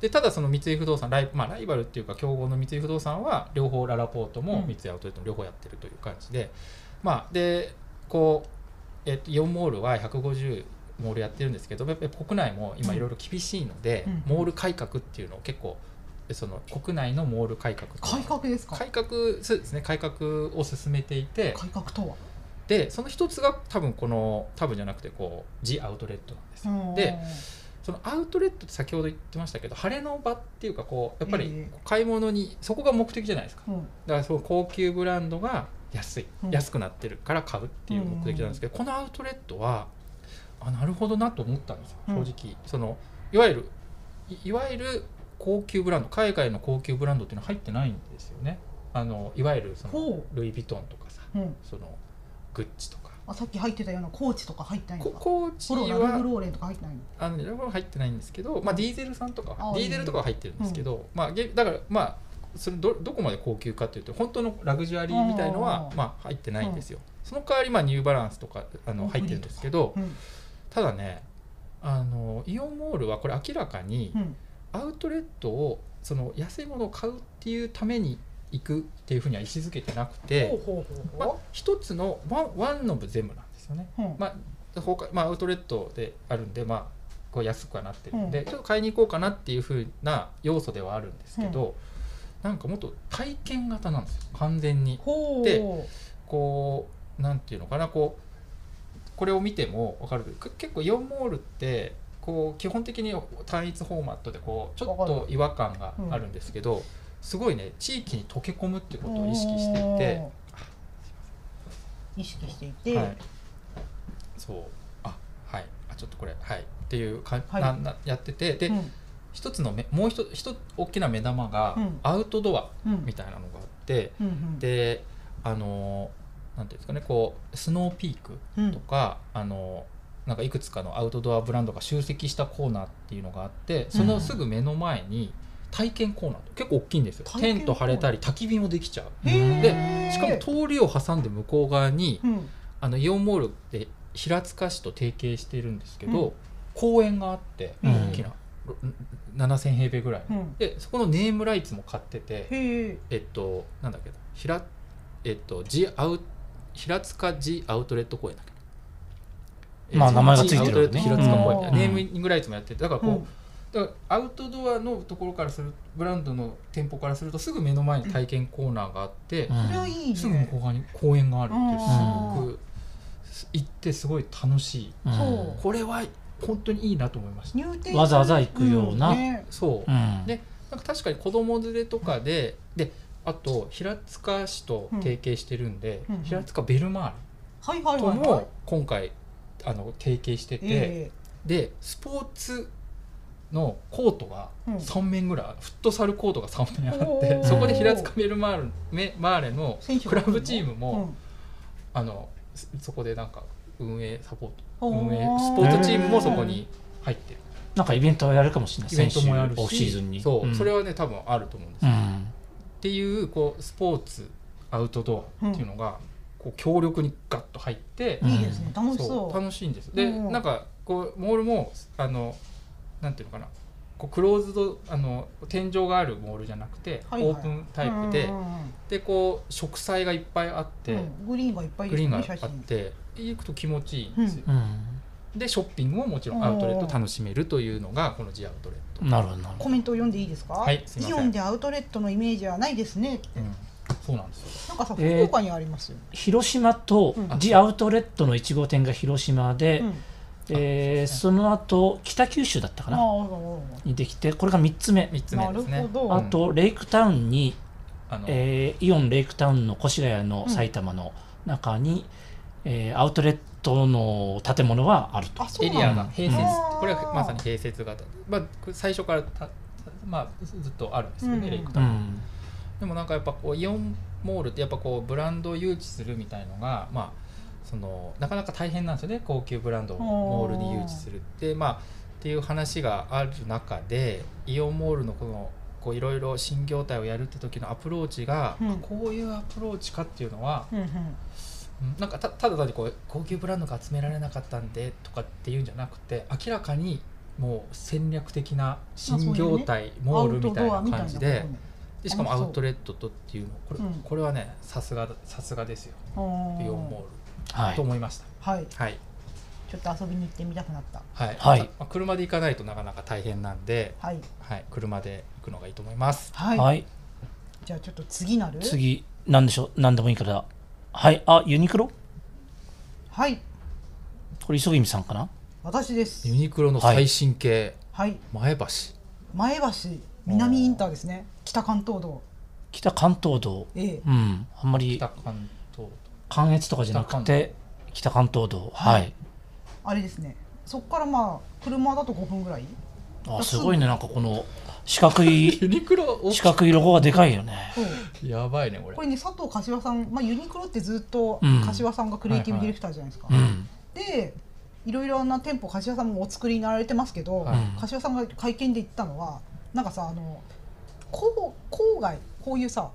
Speaker 3: でただその三井不動産ライ,、まあ、ライバルっていうか競合の三井不動産は両方ララポートも
Speaker 2: うん
Speaker 3: 三井アウトレットも両方やってるという感じで、まあでこう、えっと、イオンモールは150モールやってるんですけどやっぱり国内も今いろいろ厳しいので、
Speaker 2: うん
Speaker 3: モール改革っていうのを結構その国内のモール改革っていうのを
Speaker 2: 改革ですか
Speaker 3: 改革そうですね改革を進めていて
Speaker 2: 改革とは
Speaker 3: でその一つが多分この多分じゃなくてこうジアウトレットなんですよでそのアウトレットって先ほど言ってましたけど晴れの場っていうかこうやっぱり
Speaker 2: え
Speaker 3: 買い物にそこが目的じゃないですか
Speaker 2: うん
Speaker 3: だからその高級ブランドが安い
Speaker 2: うん
Speaker 3: 安くなってるから買うっていう目的なんですけどこのアウトレットはあなるほどなと思ったんですよ
Speaker 2: うん
Speaker 3: 正直そのいわゆるいいわゆる高級ブランド海外の高級ブランドっていうのは入ってないんですよねあのいわゆるその
Speaker 2: ほ
Speaker 3: ルイ・ヴィトンとかさ
Speaker 2: う、うん、
Speaker 3: そのグッチとか
Speaker 2: あさっき入ってたようなコーチとか入ってないの
Speaker 3: こ
Speaker 2: か
Speaker 3: コーチ
Speaker 2: ポロラ
Speaker 3: は
Speaker 2: ルブローレンとか入ってないの
Speaker 3: あのラブは入ってないんですけど、まあ、ディーゼルさんとか
Speaker 2: あ
Speaker 3: ディー
Speaker 2: いい
Speaker 3: ゼ
Speaker 2: ね
Speaker 3: ルとかは入ってるんですけど、まあ、げだからまあそれどどこまで高級かというと本当のラグジュアリーみたいのは
Speaker 2: うん
Speaker 3: まあ入ってないんですよ、その代わりまあニューバランスとかあ
Speaker 2: う
Speaker 3: の
Speaker 2: ん
Speaker 3: 入ってるんですけど
Speaker 2: うん
Speaker 3: ただねあのイオンモールはこれ明らかに
Speaker 2: うん
Speaker 3: アウトレットをその安いものを買うっていうために行くっていうふうには位置づけてなく
Speaker 2: ほう
Speaker 3: て、
Speaker 2: ほう
Speaker 3: まあ
Speaker 2: ほ、
Speaker 3: 一つのワンワンノブ全部なんですよね。
Speaker 2: うほううん
Speaker 3: まあ、他まあアウトレットであるんで、まあ、こう安くはなってるんで、
Speaker 2: うん
Speaker 3: ちょっと買いに行こうかなっていうふうな要素ではあるんですけど、なんかもっと体験型なんですよ完全に。
Speaker 2: ほう
Speaker 3: でこうなんていうのかなこうこれを見ても分かるけどけ結構イオンモールってこう基本的に単一フォーマットでこうちょっ
Speaker 2: わ
Speaker 3: と違和感があるんですけど、すごいね地域に溶け込むってことを意識していて。
Speaker 2: 意識していて、
Speaker 3: はい、そうあはいあちょっとこれはいっていうか、
Speaker 2: はい
Speaker 3: ななやっててで、
Speaker 2: うん
Speaker 3: 一つのめもう一つ一つ大きな目玉が、
Speaker 2: うん
Speaker 3: アウトドア
Speaker 2: うん
Speaker 3: みたいなのがあって
Speaker 2: うんうん
Speaker 3: であのーなんていうんですかねこうスノーピーク
Speaker 2: うん
Speaker 3: とか、あのーなんかいくつかのアウトドアブランドが集積したコーナーっていうのがあってそのすぐ目の前に体験コーナーと結構大きいんですよ
Speaker 2: 体
Speaker 3: テ
Speaker 2: 験
Speaker 3: ント張れたり焚き火もできちゃう
Speaker 2: へー
Speaker 3: しかも通りを挟んで向こう側に
Speaker 2: うん
Speaker 3: あのイオンモールって平塚市と提携してるんですけど、
Speaker 2: うん
Speaker 3: 公園があって
Speaker 1: うん
Speaker 3: 大きな、ろ7,000平米ぐらいの、
Speaker 2: うん
Speaker 3: でそこのネームライツも買ってて
Speaker 2: へえ
Speaker 3: えっとなんだっけな平,、えっと、ジアウ平塚ジアウトレット公園だっけな
Speaker 1: まあ
Speaker 3: え
Speaker 1: 名前がついてるよね
Speaker 3: ジアウトレット平塚公園みたいな、
Speaker 1: うん
Speaker 3: ネーミングライツもやっててだからこう、
Speaker 2: うん
Speaker 3: だからアウトドアのところからするブランドの店舗からするとすぐ目の前に体験コーナーがあって、
Speaker 1: うん
Speaker 2: それはいいね
Speaker 3: すぐ向こう側に公園があるっていうすご
Speaker 2: う
Speaker 3: く行ってすごい楽しい
Speaker 1: うん
Speaker 2: そう
Speaker 3: これは本当にいいなと思いました
Speaker 2: 入店
Speaker 1: わざわざ行くような
Speaker 2: うんね
Speaker 3: そう、
Speaker 1: うん
Speaker 3: でなんか確かに子供連れとかでであと平塚市と提携してるんで、
Speaker 2: うんうん
Speaker 3: 平塚ベルマ
Speaker 2: はいは
Speaker 3: ー
Speaker 2: い
Speaker 3: ルと
Speaker 2: はいはい
Speaker 3: も今回あの提携してて、
Speaker 2: え
Speaker 3: でスポーツのコートが
Speaker 2: うん
Speaker 3: 3面ぐらい、フットサルコートが3面あっ
Speaker 2: お
Speaker 3: て
Speaker 2: ー
Speaker 3: そこで平塚ベルマールメマーレの
Speaker 2: 選手が
Speaker 3: クラブチーム
Speaker 2: え
Speaker 3: も、あのそそこでなんか運営サポート
Speaker 2: うん
Speaker 3: 運営
Speaker 2: お
Speaker 3: スポーツチームもそこに入ってる
Speaker 1: なんかイベントをやるかもしれない
Speaker 3: イベントもや
Speaker 1: 先
Speaker 3: る
Speaker 1: 週オフ
Speaker 3: し
Speaker 1: シーズンに
Speaker 3: そう、
Speaker 1: ん
Speaker 3: それはね多分あると思うんです
Speaker 1: う
Speaker 3: よ、
Speaker 1: ん
Speaker 3: っていうこうスポーツアウトドアっていうのが、こう強力にガッと入って、
Speaker 1: うん
Speaker 2: いいですね楽し
Speaker 3: そ
Speaker 2: そうう
Speaker 3: 楽しいんですで、
Speaker 2: うん
Speaker 3: なんかこうモールもあのなんていうのかなこうクローズドあの天井があるモールじゃなくて、
Speaker 2: はいはい
Speaker 3: オープンタイプで、
Speaker 2: うんうんうん
Speaker 3: でこう植栽がいっぱいあって、
Speaker 2: うんグリーンがいっぱい
Speaker 3: グ
Speaker 2: で
Speaker 3: リ
Speaker 2: す
Speaker 3: ーンがあ
Speaker 2: ね写
Speaker 3: っ
Speaker 2: 真
Speaker 3: て行くと気持ちいいんですよ、
Speaker 1: うん
Speaker 3: でショッピングももちろんアウトレット楽しめるというのがこのジアウトレット、
Speaker 1: なるほどなるほ
Speaker 2: コメントを読んでいいですか、
Speaker 3: はいすいません
Speaker 2: イオンでアウトレットのイメージはないですね
Speaker 3: そうなんですよ
Speaker 2: なんかさ
Speaker 1: えー
Speaker 2: 福岡にありますよね、
Speaker 1: ど広島と
Speaker 2: うん
Speaker 1: ジアウトレットの1号店が広島で、
Speaker 2: うん
Speaker 1: えーその後北九州だったか
Speaker 2: あ
Speaker 1: な
Speaker 2: あ
Speaker 1: にできてこれが3つ目
Speaker 3: 3つ目ですね
Speaker 2: なるほど
Speaker 1: あとレイクタウンに、
Speaker 3: あの、
Speaker 1: えーイオンレイクタウンの越谷の埼玉の中に、えーアウトレットの建物はあると
Speaker 2: あそう
Speaker 3: エ
Speaker 2: なん
Speaker 3: リ
Speaker 2: だ
Speaker 3: アが併設
Speaker 2: うん
Speaker 3: これはまさに併設型まあ、これ最初からたまあ、ずっとあるんですよね、
Speaker 2: うん
Speaker 3: エレク
Speaker 1: う
Speaker 3: トロ
Speaker 1: ん
Speaker 3: でもなんかやっぱこうイオンモールってやっぱこうブランドを誘致するみたいのがまあそのなかなか大変なんですよね高級ブランドをモールに誘致するってまあっていう話がある中でイオンモールのこのこういろいろ新業態をやるって時のアプローチが、
Speaker 2: うん
Speaker 3: あこういうアプローチかっていうのは、
Speaker 2: うんうん
Speaker 3: うんなんかたただ単にこう高級ブランドが集められなかったんでとかっていうんじゃなくて明らかにもう戦略的な新業態、モールみたいな感じで。でしかも
Speaker 2: あ
Speaker 3: ア
Speaker 2: そう
Speaker 3: ウトレットとっていうのこれ,、
Speaker 2: うん
Speaker 3: これはねさすがさすがですよ
Speaker 2: アウ
Speaker 3: イ
Speaker 2: ト
Speaker 3: オ
Speaker 2: ドアみたいな
Speaker 3: ン
Speaker 1: は
Speaker 2: ことね
Speaker 3: モールと
Speaker 1: い
Speaker 3: 思いました
Speaker 2: あーはい
Speaker 3: はい
Speaker 2: ちょっと遊びに行ってみたくなった
Speaker 3: はい、
Speaker 1: はい
Speaker 3: まあ、車で行かないとなかなか大変なんで、
Speaker 2: はい
Speaker 3: はい、車で行くのがいいと思います
Speaker 2: はい、
Speaker 1: はい
Speaker 2: じゃあちょっと次なる
Speaker 1: 次何でしょう何でもいいからはいあユニクロ
Speaker 2: はい
Speaker 1: これ磯君さんかな
Speaker 2: 私です
Speaker 3: ユニクロの最新系、
Speaker 2: はい
Speaker 3: 前橋
Speaker 2: 前橋南インターですね北関東道
Speaker 1: 北関東道
Speaker 2: ええ
Speaker 1: うんあんまり
Speaker 3: 北関東
Speaker 1: 関越とかじゃなくて北関東道はい
Speaker 2: あれですねそこからまあ車だと5分ぐらい
Speaker 1: あすごいねなんかこの四角 い
Speaker 3: ユニクロお
Speaker 1: 四角いロゴがでかいよね
Speaker 2: そう
Speaker 3: やばいねこれ
Speaker 2: これね佐藤柏さん、まあ、ユニクロってずっと
Speaker 1: うん
Speaker 2: 柏さんがクリエイティブディレクターじゃないですか、
Speaker 1: うん
Speaker 2: でいろいろな店舗柏さんもお作りになられてますけど、
Speaker 3: はい
Speaker 2: 柏さんが会見で言ったのはなんかさあの郊郊外こういうさ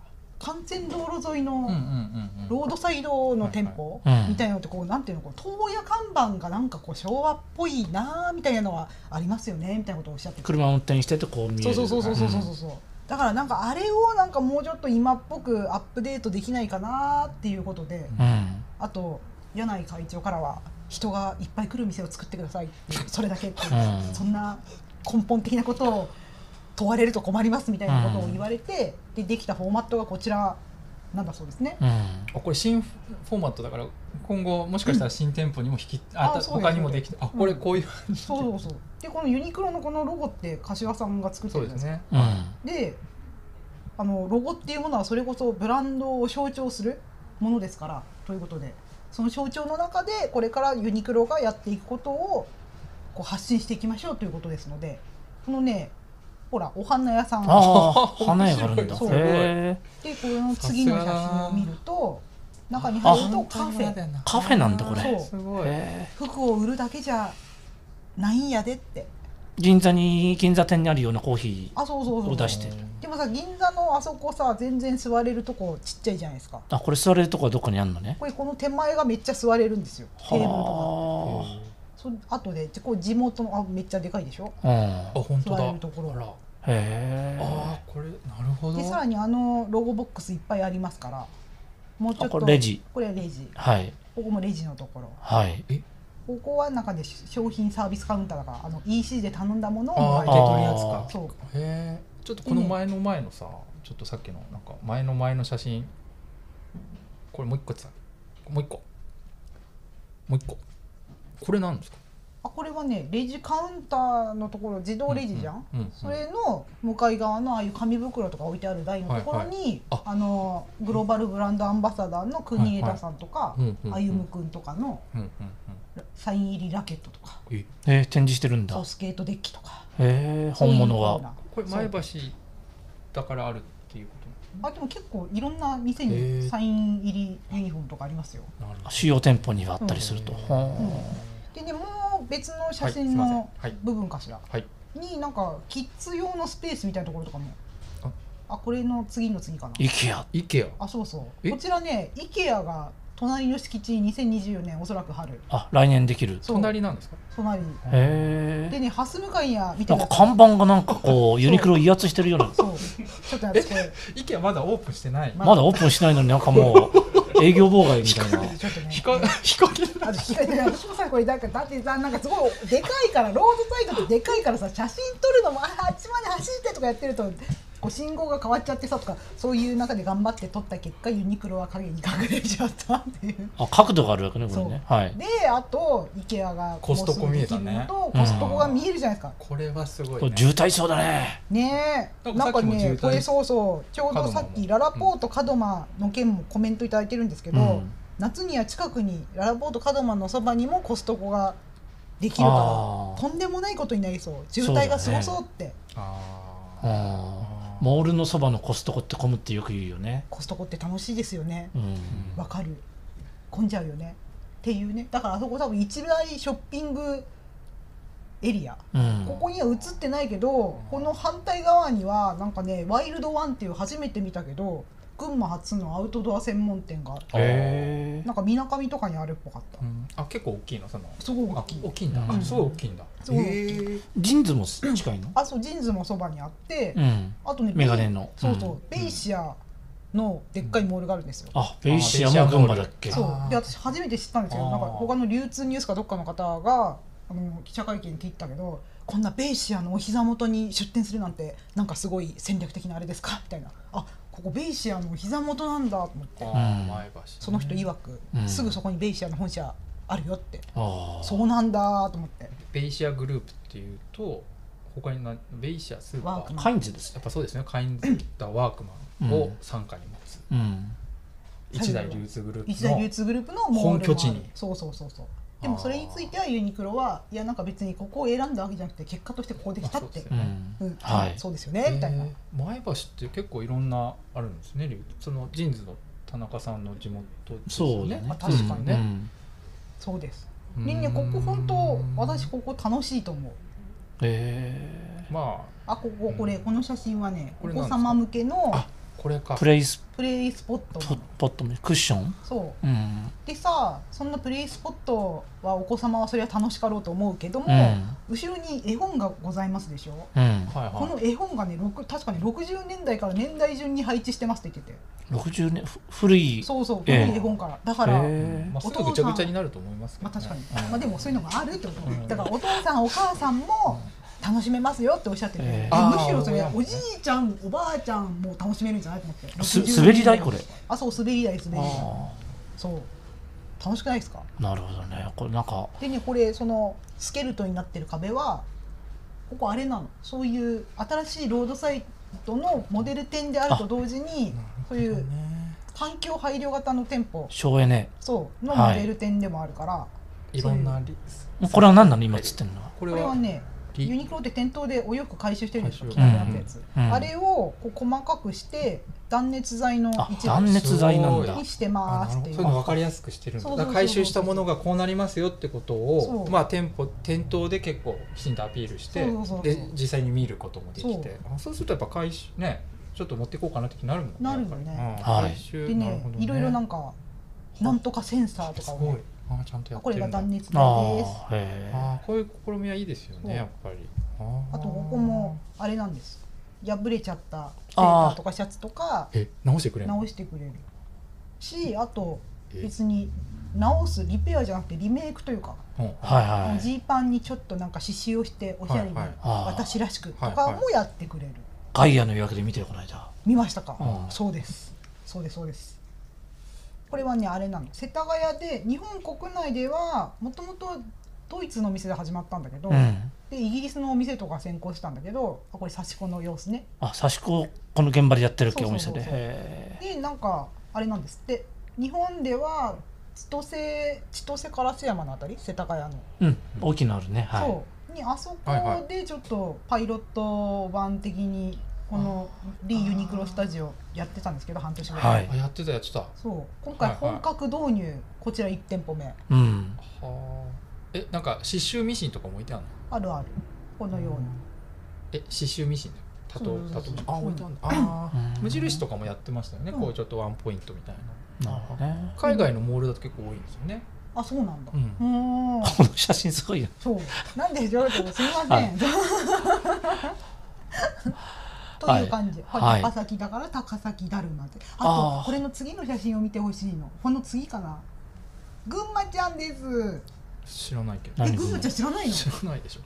Speaker 2: 幹線道路沿い
Speaker 3: うんうん
Speaker 2: の
Speaker 3: うんうん
Speaker 2: ロードサイドの店舗
Speaker 1: はいはい
Speaker 2: みたいなのってこうなんていうのこう東屋看板がなんかこう昭和っぽいなーみたいなのはありますよねみたいなことをおっしゃってて
Speaker 1: 車を運転しててこう見え
Speaker 2: そう
Speaker 1: る
Speaker 2: そうそうそうそうそうそう、だからなんかあれをなんかもうちょっと今っぽくアップデートできないかなーっていうことで、
Speaker 1: うん
Speaker 2: あと柳井会長からは人がいっぱい来る店を作ってくださいっていうそれだけっていう、
Speaker 1: うん
Speaker 2: そんな根本的なことを問われると困りますみたいなことを言われて、でできたフォーマットがこちらなんだそうですね。
Speaker 1: うん
Speaker 3: あこれ新フォーマットだから今後もしかしたら新店舗にも引き、
Speaker 2: あ
Speaker 3: あた
Speaker 2: そうです
Speaker 3: 他にもできてあこれこういう、
Speaker 2: そうそうそうでこのユニクロのこのロゴって柏さんが作って
Speaker 3: そう
Speaker 2: る
Speaker 3: で
Speaker 2: じゃない
Speaker 3: す
Speaker 2: ですか。
Speaker 3: ね
Speaker 1: うん
Speaker 2: であのロゴっていうものはそれこそブランドを象徴するものですからということでその象徴の中でこれからユニクロがやっていくことをこう発信していきましょうということですのでこのねほらお花屋さん
Speaker 1: ああ花屋があるんだ
Speaker 2: 面白い
Speaker 1: へえ
Speaker 2: でこの次の写真を見ると中に
Speaker 1: あ
Speaker 2: 入るとカフェ
Speaker 1: カフェなんだこれ
Speaker 2: そう
Speaker 3: すごい
Speaker 1: へえ
Speaker 2: 服を売るだけじゃないんやでって
Speaker 1: 銀座に銀座店にあるようなコーヒー
Speaker 2: あそうそうそう
Speaker 1: を出してる
Speaker 2: でもさ銀座のあそこさ全然座れるとこちっちゃいじゃないですか
Speaker 1: あこれ座れるとこはどこにあるのね
Speaker 2: これこの手前がめっちゃ座れるんですよテーブルとか。
Speaker 1: は
Speaker 2: そあとでじこう地元のあめっちゃでかいでしょ
Speaker 1: あ
Speaker 3: あ
Speaker 1: うん
Speaker 3: 本当
Speaker 2: 座れ
Speaker 3: だ
Speaker 2: るところ
Speaker 3: あら
Speaker 1: へえ
Speaker 3: あーこれなるほど
Speaker 2: でさらにあのロゴボックスいっぱいありますからもうちょっと
Speaker 1: あこれレジ
Speaker 2: これレジ
Speaker 1: はい
Speaker 2: ここもレジのところ
Speaker 1: はい
Speaker 2: ここは中で商品サービスカウンターだからあの EC で頼んだものを
Speaker 3: ああ
Speaker 2: もらえ
Speaker 3: 受け
Speaker 2: る
Speaker 3: 取るやつか
Speaker 1: あー
Speaker 2: そう
Speaker 3: へえちょっとこの前の前のさちょっとさっきのなんか前の前の写真これもう一個さもう一個もう一個これなんですか
Speaker 2: あこれはねレジカウンターのところ自動レジじゃん、
Speaker 3: うんうん
Speaker 2: それの向かい側のああいう紙袋とか置いてある台のところに、
Speaker 3: はいあ
Speaker 2: あのグローバルブランドアンバサダーの国枝さんとか、
Speaker 3: はいはいうんうんうん
Speaker 2: あゆむくんとかの
Speaker 3: うんうん
Speaker 2: サイン入りラケットとか
Speaker 3: うんえ
Speaker 1: えー展示してるんだ
Speaker 2: そう
Speaker 1: へ
Speaker 2: スケートデッキとか
Speaker 1: え本物
Speaker 2: そういうコーナ
Speaker 1: が
Speaker 2: ー
Speaker 3: これ前橋だからあるっていうこ
Speaker 2: あでも結構いろんな店
Speaker 3: へ
Speaker 2: に
Speaker 3: ー
Speaker 2: サイン入りユニフォームとかありますよ
Speaker 3: となるほ
Speaker 1: 主要店舗にはあったりすると
Speaker 3: うん
Speaker 1: は
Speaker 2: でねもう別の写
Speaker 3: はいす
Speaker 2: 真
Speaker 3: いません
Speaker 2: の
Speaker 3: はい
Speaker 2: 部分かしら、
Speaker 3: はい
Speaker 2: になんかキッズ用のスペースみたいなところとかも
Speaker 3: あ
Speaker 2: あこれの次の次かな
Speaker 1: あ IKEA
Speaker 3: ど IKEA
Speaker 2: あそうそう
Speaker 3: え
Speaker 2: こちらね IKEA が隣の敷地2024年おそらく春
Speaker 1: あ来年できる
Speaker 2: そう
Speaker 3: 隣なんですか
Speaker 2: 隣
Speaker 1: へ
Speaker 2: で
Speaker 1: え
Speaker 2: ねハス向かいや見て
Speaker 1: な
Speaker 2: く
Speaker 1: ん
Speaker 2: だ
Speaker 1: か
Speaker 2: さい
Speaker 1: 看板がなんかこうユニクロを威圧してるような
Speaker 2: そうちょっと待ってこれ
Speaker 3: IKEA まだオープンしてない
Speaker 2: ま
Speaker 1: まだオープンしないのになんかもう営業妨害みたいな
Speaker 2: ちょっとね
Speaker 3: ひか ひかげ
Speaker 2: あと聞かれて私もさこれなんかだってさなんかすごいでかいからロードサイドってでかいからさ写真撮るのもああっちまで走ってとかやってるとこう信号が変わっちゃってさとかそういう中で頑張って撮った結果ユニクロは影に隠れちゃったっていう。
Speaker 1: あ角度があるわけねこれねはい
Speaker 2: であと IKEA が
Speaker 3: コストコ見えた
Speaker 2: もうすぐ
Speaker 3: ね
Speaker 2: できるのとコストコが見えるじゃないですか。
Speaker 3: これはすご
Speaker 1: こ
Speaker 3: い
Speaker 1: れ
Speaker 3: ね
Speaker 1: 渋滞そうだね
Speaker 2: ねえ
Speaker 3: な
Speaker 2: なんん
Speaker 3: か
Speaker 2: か
Speaker 3: さっきも渋
Speaker 2: ね
Speaker 3: 滞
Speaker 2: これそうそうちょうどさっきララポート門真の件もコメントいただいてるんですけど、
Speaker 1: うん
Speaker 2: 夏には近くにララポート門真のそばにもコストコができるか
Speaker 1: あー
Speaker 2: らとんでもないことになりそう渋滞がすごそうって
Speaker 3: あ
Speaker 1: うん
Speaker 3: ー
Speaker 1: モールのそばのコストコって混むってよく言うよね。
Speaker 2: コストコって楽しいですよね
Speaker 1: うん
Speaker 2: わかる混んじゃうよねっていうねだからあそこ多分一大ショッピングエリア
Speaker 1: うん
Speaker 2: ここには映ってないけどこの反対側にはなんかねワイルドワンっていう初めて見たけど群馬初のアウトドア専門店があって
Speaker 1: へ
Speaker 2: なんかみなかみとかにあるっぽかった
Speaker 3: うんあ結構大きいのその
Speaker 2: すごい大
Speaker 3: あ
Speaker 2: きい
Speaker 3: 大きいんだ、
Speaker 1: うん
Speaker 3: あすごい大きいんだ
Speaker 2: すごい大きい
Speaker 3: へー
Speaker 1: ジーンズも近いの
Speaker 2: あそうジーンズもそばにあって、
Speaker 1: うん。
Speaker 2: あとね
Speaker 1: メガネの
Speaker 2: ベイそうそう、
Speaker 1: うん
Speaker 2: ベイシアのでっかいモールがあるんですよ、
Speaker 1: あ、ベイシアも群馬だっけ
Speaker 3: あ
Speaker 2: そ
Speaker 3: ー
Speaker 2: うで私初めて知ったんですけど
Speaker 3: あー
Speaker 2: なんか他の流通ニュースかどっかの方があの記者会見で言ったけどこんなベイシアのお膝元に出店するなんてなんかすごい戦略的なあれですかみたいなあここベイシアのお膝元なんだと思って
Speaker 3: あ
Speaker 1: う
Speaker 3: ー
Speaker 1: ん
Speaker 3: 前橋
Speaker 2: その人曰く、
Speaker 1: うん
Speaker 2: すぐそこにベイシアの本社あるよって
Speaker 1: ああ。
Speaker 2: そうなんだと思って
Speaker 3: ベイシアグループっていうと他に何ベイシアスーパー
Speaker 2: ワークマン
Speaker 1: カインズです
Speaker 3: や
Speaker 1: ね。
Speaker 3: っぱそうですねカインズだワークマン
Speaker 1: う
Speaker 3: を
Speaker 1: ん
Speaker 3: 傘下に持つ、
Speaker 1: うん。
Speaker 3: 一大流通グループの
Speaker 2: 一大流通グループのモールもある
Speaker 3: 本拠地に
Speaker 2: そうそうそうそうでもそれについてはユニクロはいやなんか別にここを選んだわけじゃなくて結果としてここできたっ
Speaker 3: まあそう
Speaker 2: て
Speaker 3: ですよ
Speaker 1: う
Speaker 3: ね
Speaker 1: ん。
Speaker 2: うん
Speaker 1: はい
Speaker 2: そうですよねみたいな
Speaker 3: へー前橋って結構いろんなあるんですね流通そのジーンズの田中さんの地元ですよ
Speaker 1: そうだ
Speaker 3: ね
Speaker 1: ね
Speaker 2: まあ確かにね
Speaker 1: うん
Speaker 2: そうです
Speaker 3: うん
Speaker 2: みんなここ本当私ここ楽しいと思う
Speaker 1: え
Speaker 3: ま
Speaker 2: あこここれこの写真はね
Speaker 3: こ
Speaker 2: お
Speaker 3: れなん
Speaker 2: 子
Speaker 3: ですか
Speaker 2: 様向けの
Speaker 3: ああこれか
Speaker 1: ープレイス
Speaker 2: プレイスポットなの
Speaker 1: ポットもクッション
Speaker 2: そ
Speaker 1: うん。
Speaker 2: うでさそんなプレイスポットはお子様はそれは楽しかろうと思うけども、
Speaker 1: うん。
Speaker 2: 後ろに絵本がございますでしょ
Speaker 1: うん。
Speaker 3: はい
Speaker 2: こ
Speaker 3: は
Speaker 2: の絵本がねろく確かに60年代から年代順に配置してますって言ってて
Speaker 1: 60年、ふ古い。
Speaker 2: そうそう、
Speaker 1: ええ
Speaker 2: 古い絵本から。だから、
Speaker 1: へ
Speaker 3: い、
Speaker 1: ー
Speaker 3: まあ外ぐちゃぐちゃになると思いますけ
Speaker 2: ま
Speaker 3: ど、
Speaker 2: あ
Speaker 3: ね、
Speaker 2: 確かに、
Speaker 3: うん
Speaker 2: まあでもそういうのがあるってこと、
Speaker 3: うん
Speaker 2: だからお父さん、お母さんも楽しめますよっておっしゃってて、
Speaker 1: ええ
Speaker 2: で
Speaker 3: あー
Speaker 2: むしろそれ
Speaker 3: 親、もね
Speaker 2: おじいちゃん、おばあちゃんも楽しめるんじゃないと思って、
Speaker 1: す
Speaker 2: 60
Speaker 1: 滑り台これ。
Speaker 2: あ、そう、滑り台、滑り台、
Speaker 1: あ
Speaker 2: そう、楽しくないですか
Speaker 1: あ。なるほどね。これなんか。
Speaker 2: でね、これ、そのスケルトンになってる壁は、ここ、あれなの、そういう新しいロードサイトのモデル店であると同時に、そういう環境配慮型の店舗
Speaker 1: 省エネ。
Speaker 2: そうのモ
Speaker 1: はい
Speaker 2: デル店でもあるから、
Speaker 3: いろんなリ
Speaker 1: これは何なの今映ってるのは。
Speaker 3: これ
Speaker 2: これ
Speaker 3: は
Speaker 2: はね
Speaker 3: リ
Speaker 2: ユニクロって店頭でお洋服回収してるでしょ
Speaker 3: 回収
Speaker 2: 着なくなったやつ、
Speaker 1: うんうん
Speaker 2: あれをこう細かくして断熱材の
Speaker 1: あ、
Speaker 2: 一
Speaker 1: 断
Speaker 2: 部
Speaker 1: 熱材なんだ
Speaker 3: すご。
Speaker 2: にしてますってい
Speaker 3: そう
Speaker 2: う
Speaker 3: いうの分かりやすくしてるん
Speaker 2: そ
Speaker 3: だ
Speaker 2: うそう
Speaker 3: だ
Speaker 2: そう
Speaker 3: か
Speaker 2: そう
Speaker 3: ら回収したものがこうなりますよってこと
Speaker 2: そ
Speaker 3: を
Speaker 2: う
Speaker 3: まあ店舗店頭で結構きちんとアピールして
Speaker 2: そうそうそう
Speaker 3: で実際に見ることもできて
Speaker 2: そ
Speaker 3: あそうするとやっぱ回収ねちょっと持っていこうかなって気になるもんね
Speaker 2: なるよね
Speaker 3: やっ
Speaker 1: は
Speaker 3: ぱりうん
Speaker 1: い
Speaker 3: 回収
Speaker 2: で
Speaker 3: なる
Speaker 2: ね
Speaker 3: ほど
Speaker 2: いろいろなん
Speaker 3: か
Speaker 2: かなんとかセンサーと
Speaker 3: す
Speaker 2: か
Speaker 3: ご
Speaker 2: を
Speaker 3: い
Speaker 2: ね
Speaker 3: あちゃんとやって
Speaker 2: これ
Speaker 3: る
Speaker 2: が
Speaker 3: んだ
Speaker 2: 断熱材です
Speaker 1: ああ。へえ。
Speaker 3: あこういう試みはいいですよ
Speaker 2: そう
Speaker 3: ねやっぱり
Speaker 2: あとここもあれなんです破れちゃったセーターとかシャツとか
Speaker 3: え直してくれんの
Speaker 2: 直してくれるしあと
Speaker 3: え
Speaker 2: 別に直すリペアじゃなくてリメイクというか
Speaker 3: うん
Speaker 1: はい
Speaker 2: あ
Speaker 1: は
Speaker 2: の
Speaker 1: い。
Speaker 2: ジーパンにちょっとなんか刺繍をしておしゃれに
Speaker 3: はいはい
Speaker 1: あー
Speaker 2: 私らしくと
Speaker 3: はいはい
Speaker 2: かもやってくれる
Speaker 1: ガイアの予約で見てよこの間。
Speaker 2: 見ましたか
Speaker 1: うん
Speaker 2: そうですそうですそうですこれはねあれなの世田谷で日本国内ではもともとドイツのお店で始まったんだけど、
Speaker 1: うん。
Speaker 2: でイギリスのお店とか先行したんだけどあこれ刺し子の様子ね
Speaker 1: あ、差し子この現場でやってるっけ
Speaker 2: そ
Speaker 1: お
Speaker 2: うそ
Speaker 1: 店
Speaker 2: うそう
Speaker 1: で。へ
Speaker 2: そう
Speaker 1: え。
Speaker 2: でなんかあれなんですって日本では千歳千歳烏山のあたり世田谷の
Speaker 1: うん。大きいのあるね。はい。
Speaker 2: そうにあそ
Speaker 3: はいは
Speaker 2: こでちょっとパイロット版的にこのリユニクロスタジオやってたんですけど半年ぐらい、
Speaker 1: はい
Speaker 3: あやってたやってたは
Speaker 2: そう今回
Speaker 3: はいはい
Speaker 2: 本格導入、こちら1店舗目
Speaker 1: うん。
Speaker 3: あえなんか刺繍ミシンとかも置いてあるの
Speaker 2: あるあるこのような
Speaker 3: え刺繍ミシンだよタト
Speaker 2: そう
Speaker 3: タト
Speaker 2: そうそう
Speaker 3: あ置いてあるんだあー
Speaker 1: うん
Speaker 3: 無印とかもやってましたよね
Speaker 2: うん
Speaker 3: こうちょっとワンポイントみたいな
Speaker 1: なるほどね。
Speaker 3: 海外のモールだと結構多いんですよね
Speaker 2: あそうなんだ
Speaker 3: う
Speaker 2: うんーん
Speaker 1: この写真すごいよ。
Speaker 2: そうなんでしょうすみません、
Speaker 1: はい
Speaker 2: という感じ、
Speaker 1: はい
Speaker 2: こ
Speaker 1: はい
Speaker 2: れ高崎だから高崎だるまで
Speaker 1: あ
Speaker 2: あ
Speaker 1: ー
Speaker 2: とこれの次の写真を見てほしいのこの次かな群馬ちゃんです
Speaker 3: 知らないけど
Speaker 1: 何
Speaker 2: え群馬ちゃん知らないの
Speaker 3: 知らないでしょ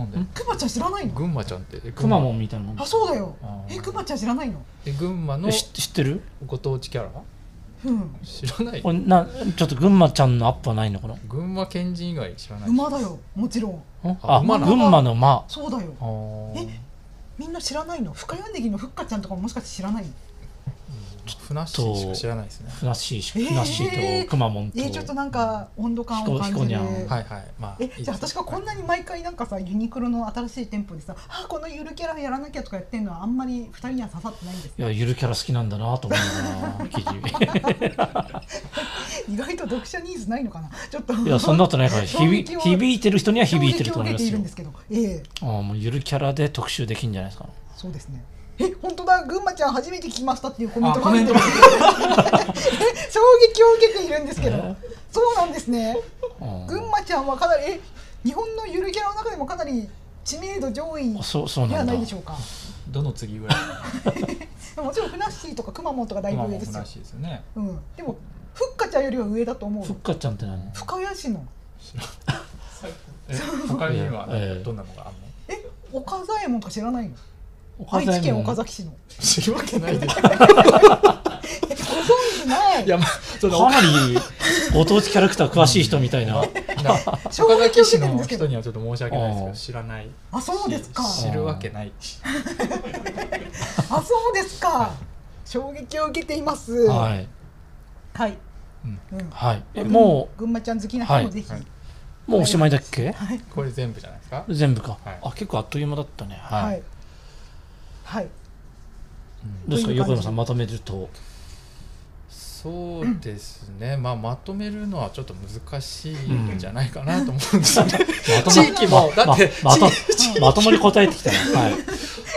Speaker 3: なんで
Speaker 1: ん
Speaker 2: 群馬ちゃん知らないの
Speaker 3: 群馬ちゃんって
Speaker 1: くま
Speaker 3: も
Speaker 1: モンみたいなもん
Speaker 2: あ。そうだよ
Speaker 3: あー
Speaker 2: え群馬ちゃん知らないの
Speaker 3: え群馬の
Speaker 1: え知知ってる？
Speaker 3: ご当地キャラ
Speaker 2: うん
Speaker 3: 知らない
Speaker 1: これなちょっと群馬ちゃんのアップはないのこの。
Speaker 3: 群馬県人以外知らない
Speaker 2: 馬だよもちろん
Speaker 1: ん
Speaker 3: あ
Speaker 1: あ、
Speaker 3: 馬
Speaker 1: 群
Speaker 3: な
Speaker 2: の
Speaker 1: 馬の馬。
Speaker 2: そうだよ
Speaker 3: あー
Speaker 2: えみんな知らないの深谷ネギのふっかちゃんとかももしかして知らないの
Speaker 3: ふなっしーしか知らないですね。
Speaker 1: ふなっしーし、
Speaker 2: えー
Speaker 1: ふなっしーとくまモンと。
Speaker 2: えー、ちょっとなんか温度感を感
Speaker 1: ひこ
Speaker 2: じ
Speaker 1: ひこに
Speaker 2: る
Speaker 1: ゃん
Speaker 3: はいはい。まあ、
Speaker 2: えじゃあ私がこんなに毎回なんかさユニクロの新しい店舗でさ「あこのゆるキャラやらなきゃ」とかやってんのはあんまり二人には刺さってないんです
Speaker 1: いや、ゆるキャラ好きなんだなと思うな、記事。
Speaker 2: 意外と読者ニーズないのかなちょっと
Speaker 1: いや、そんなことないから、
Speaker 2: 衝
Speaker 1: 響
Speaker 2: 撃を
Speaker 1: 響いてる人には響いてると思いま
Speaker 2: 衝撃を受けてい
Speaker 1: す
Speaker 2: る
Speaker 1: よ
Speaker 2: んで。すけどええ
Speaker 1: ああ、もうゆるキャラで特集できんじゃないですか。
Speaker 2: そうですねえ本当だ群馬ちゃん初めて聞きましたっていうコメントが入って る
Speaker 3: あコ
Speaker 2: え衝撃を受けているんですけど、
Speaker 1: え
Speaker 2: そうなんですね
Speaker 1: うん
Speaker 2: 群馬ちゃんはかなりえ日本のゆるキャラの中でもかなり知名度上位
Speaker 1: あそう、そう
Speaker 2: で
Speaker 1: な
Speaker 2: は
Speaker 1: んだ
Speaker 2: ない。でしょうか
Speaker 4: どの次ぐらい
Speaker 2: もちろんふなっしーとかくまモンとかだいぶ
Speaker 4: 今
Speaker 2: 上
Speaker 4: も
Speaker 2: ですよ
Speaker 4: らしいですよ ね
Speaker 2: うん、でもふっかちゃんよりは上だと思う
Speaker 1: ふっかちゃんって何
Speaker 2: 深谷市の
Speaker 4: え他には
Speaker 1: ええ
Speaker 4: どんなのがあんの
Speaker 2: え岡左衛門とか知らないの
Speaker 1: 岡
Speaker 2: 愛
Speaker 1: 左衛門
Speaker 2: 知県岡崎市の
Speaker 3: 知るわけな いでしょ。
Speaker 2: えご存知ない
Speaker 3: いや、まあ、そ の
Speaker 1: かなりご当地キャラクター詳しい人みたいな。
Speaker 2: 衝
Speaker 3: 岡
Speaker 2: 撃を受け
Speaker 3: 崎市
Speaker 2: てるん
Speaker 3: の
Speaker 2: ですけど
Speaker 3: 人にはちょっと申し訳ないですけ
Speaker 1: あ
Speaker 3: ど、
Speaker 1: ー
Speaker 3: 知らない。
Speaker 2: あそうですか
Speaker 3: 知るわけない。
Speaker 2: あそうですか衝撃を受けていますは
Speaker 1: はい。
Speaker 2: い、
Speaker 4: うん
Speaker 2: うん
Speaker 1: はい。え、も
Speaker 2: 群馬ちゃん好きな人もぜひ、
Speaker 3: はい
Speaker 1: う、もうおしまいだっけ
Speaker 3: これ全部じゃないですか。
Speaker 1: 全部か
Speaker 3: はい。
Speaker 1: あ、結構あっという間だったね。
Speaker 2: は
Speaker 1: はいい。
Speaker 2: はい
Speaker 1: どうですか、
Speaker 2: という感じ
Speaker 1: 横山さんまとめると。
Speaker 3: そうですね。まあ、まとめるのはちょっと難しいんじゃないかなと思うんですよね。
Speaker 1: ま
Speaker 3: 地域も、だって、
Speaker 1: ままと
Speaker 3: 地
Speaker 1: まともに答えてきたな。 はい。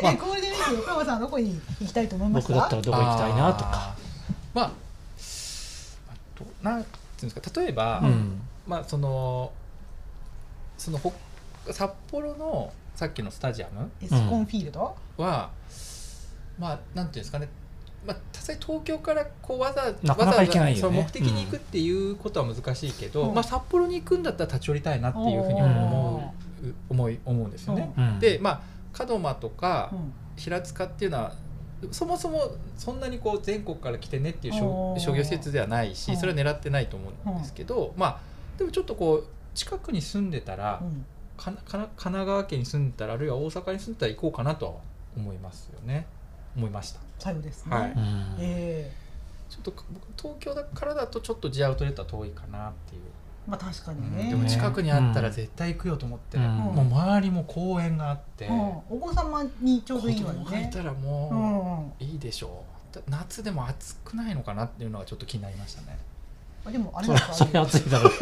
Speaker 3: まあ
Speaker 2: えゴールデンウィーク横山さんはどこに行きたいと思います
Speaker 1: 僕
Speaker 2: か
Speaker 1: だったらどこ行きたいなとか。
Speaker 3: あーまああとなんていうんですか例えば、
Speaker 1: うん。
Speaker 3: まあそのそのほ札幌のさっきのスタジアム
Speaker 2: エスコンフィールド、
Speaker 3: はまあなんていうんですかねまあ、さすがに東京からこうわ
Speaker 1: な
Speaker 3: ざ
Speaker 1: かなか
Speaker 3: わざわざ
Speaker 1: 行けないよね
Speaker 3: その目的に行くっていうことは難しいけど、
Speaker 2: うん
Speaker 3: まあ、札幌に行くんだったら立ち寄りたいなっていうふうに思う思い思うんですよね。
Speaker 1: うん
Speaker 3: で、まあ、門真とか、
Speaker 2: うん
Speaker 3: 平塚っていうのはそもそもそんなにこう全国から来てねっていう
Speaker 2: お
Speaker 3: 商
Speaker 2: ー
Speaker 3: 商業施設ではないし
Speaker 2: うん
Speaker 3: それは狙ってないと思うんですけど、まあでもちょっとこう近くに住んでたら、
Speaker 2: うん
Speaker 3: かなかな神奈川県に住んでたらあるいは大阪に住んでたら行こうかなとは思いますよね思いました
Speaker 2: 最後ですね、
Speaker 3: はい
Speaker 1: うん
Speaker 2: え
Speaker 3: ちょっと僕東京だからだとちょっと J アウトレットは遠いかなっていう、
Speaker 2: ーまあ確かに
Speaker 3: う
Speaker 2: ね、
Speaker 3: んでも近くにあったら
Speaker 1: うん
Speaker 3: 絶対行くよと思って、
Speaker 1: うん
Speaker 3: もう周りも公園があって、
Speaker 2: うん、お子様にちょうど
Speaker 3: 子
Speaker 2: いいわよ
Speaker 3: 供がい
Speaker 2: ね
Speaker 3: たら
Speaker 2: う
Speaker 3: もう、
Speaker 2: んうん
Speaker 3: いいでしょうだ夏でも暑くないのかなっていうのはちょっと気になりましたね
Speaker 2: あでもあれ
Speaker 1: そ
Speaker 2: な
Speaker 1: れ
Speaker 2: ん
Speaker 1: はそれ
Speaker 2: か
Speaker 1: は暑いだろう。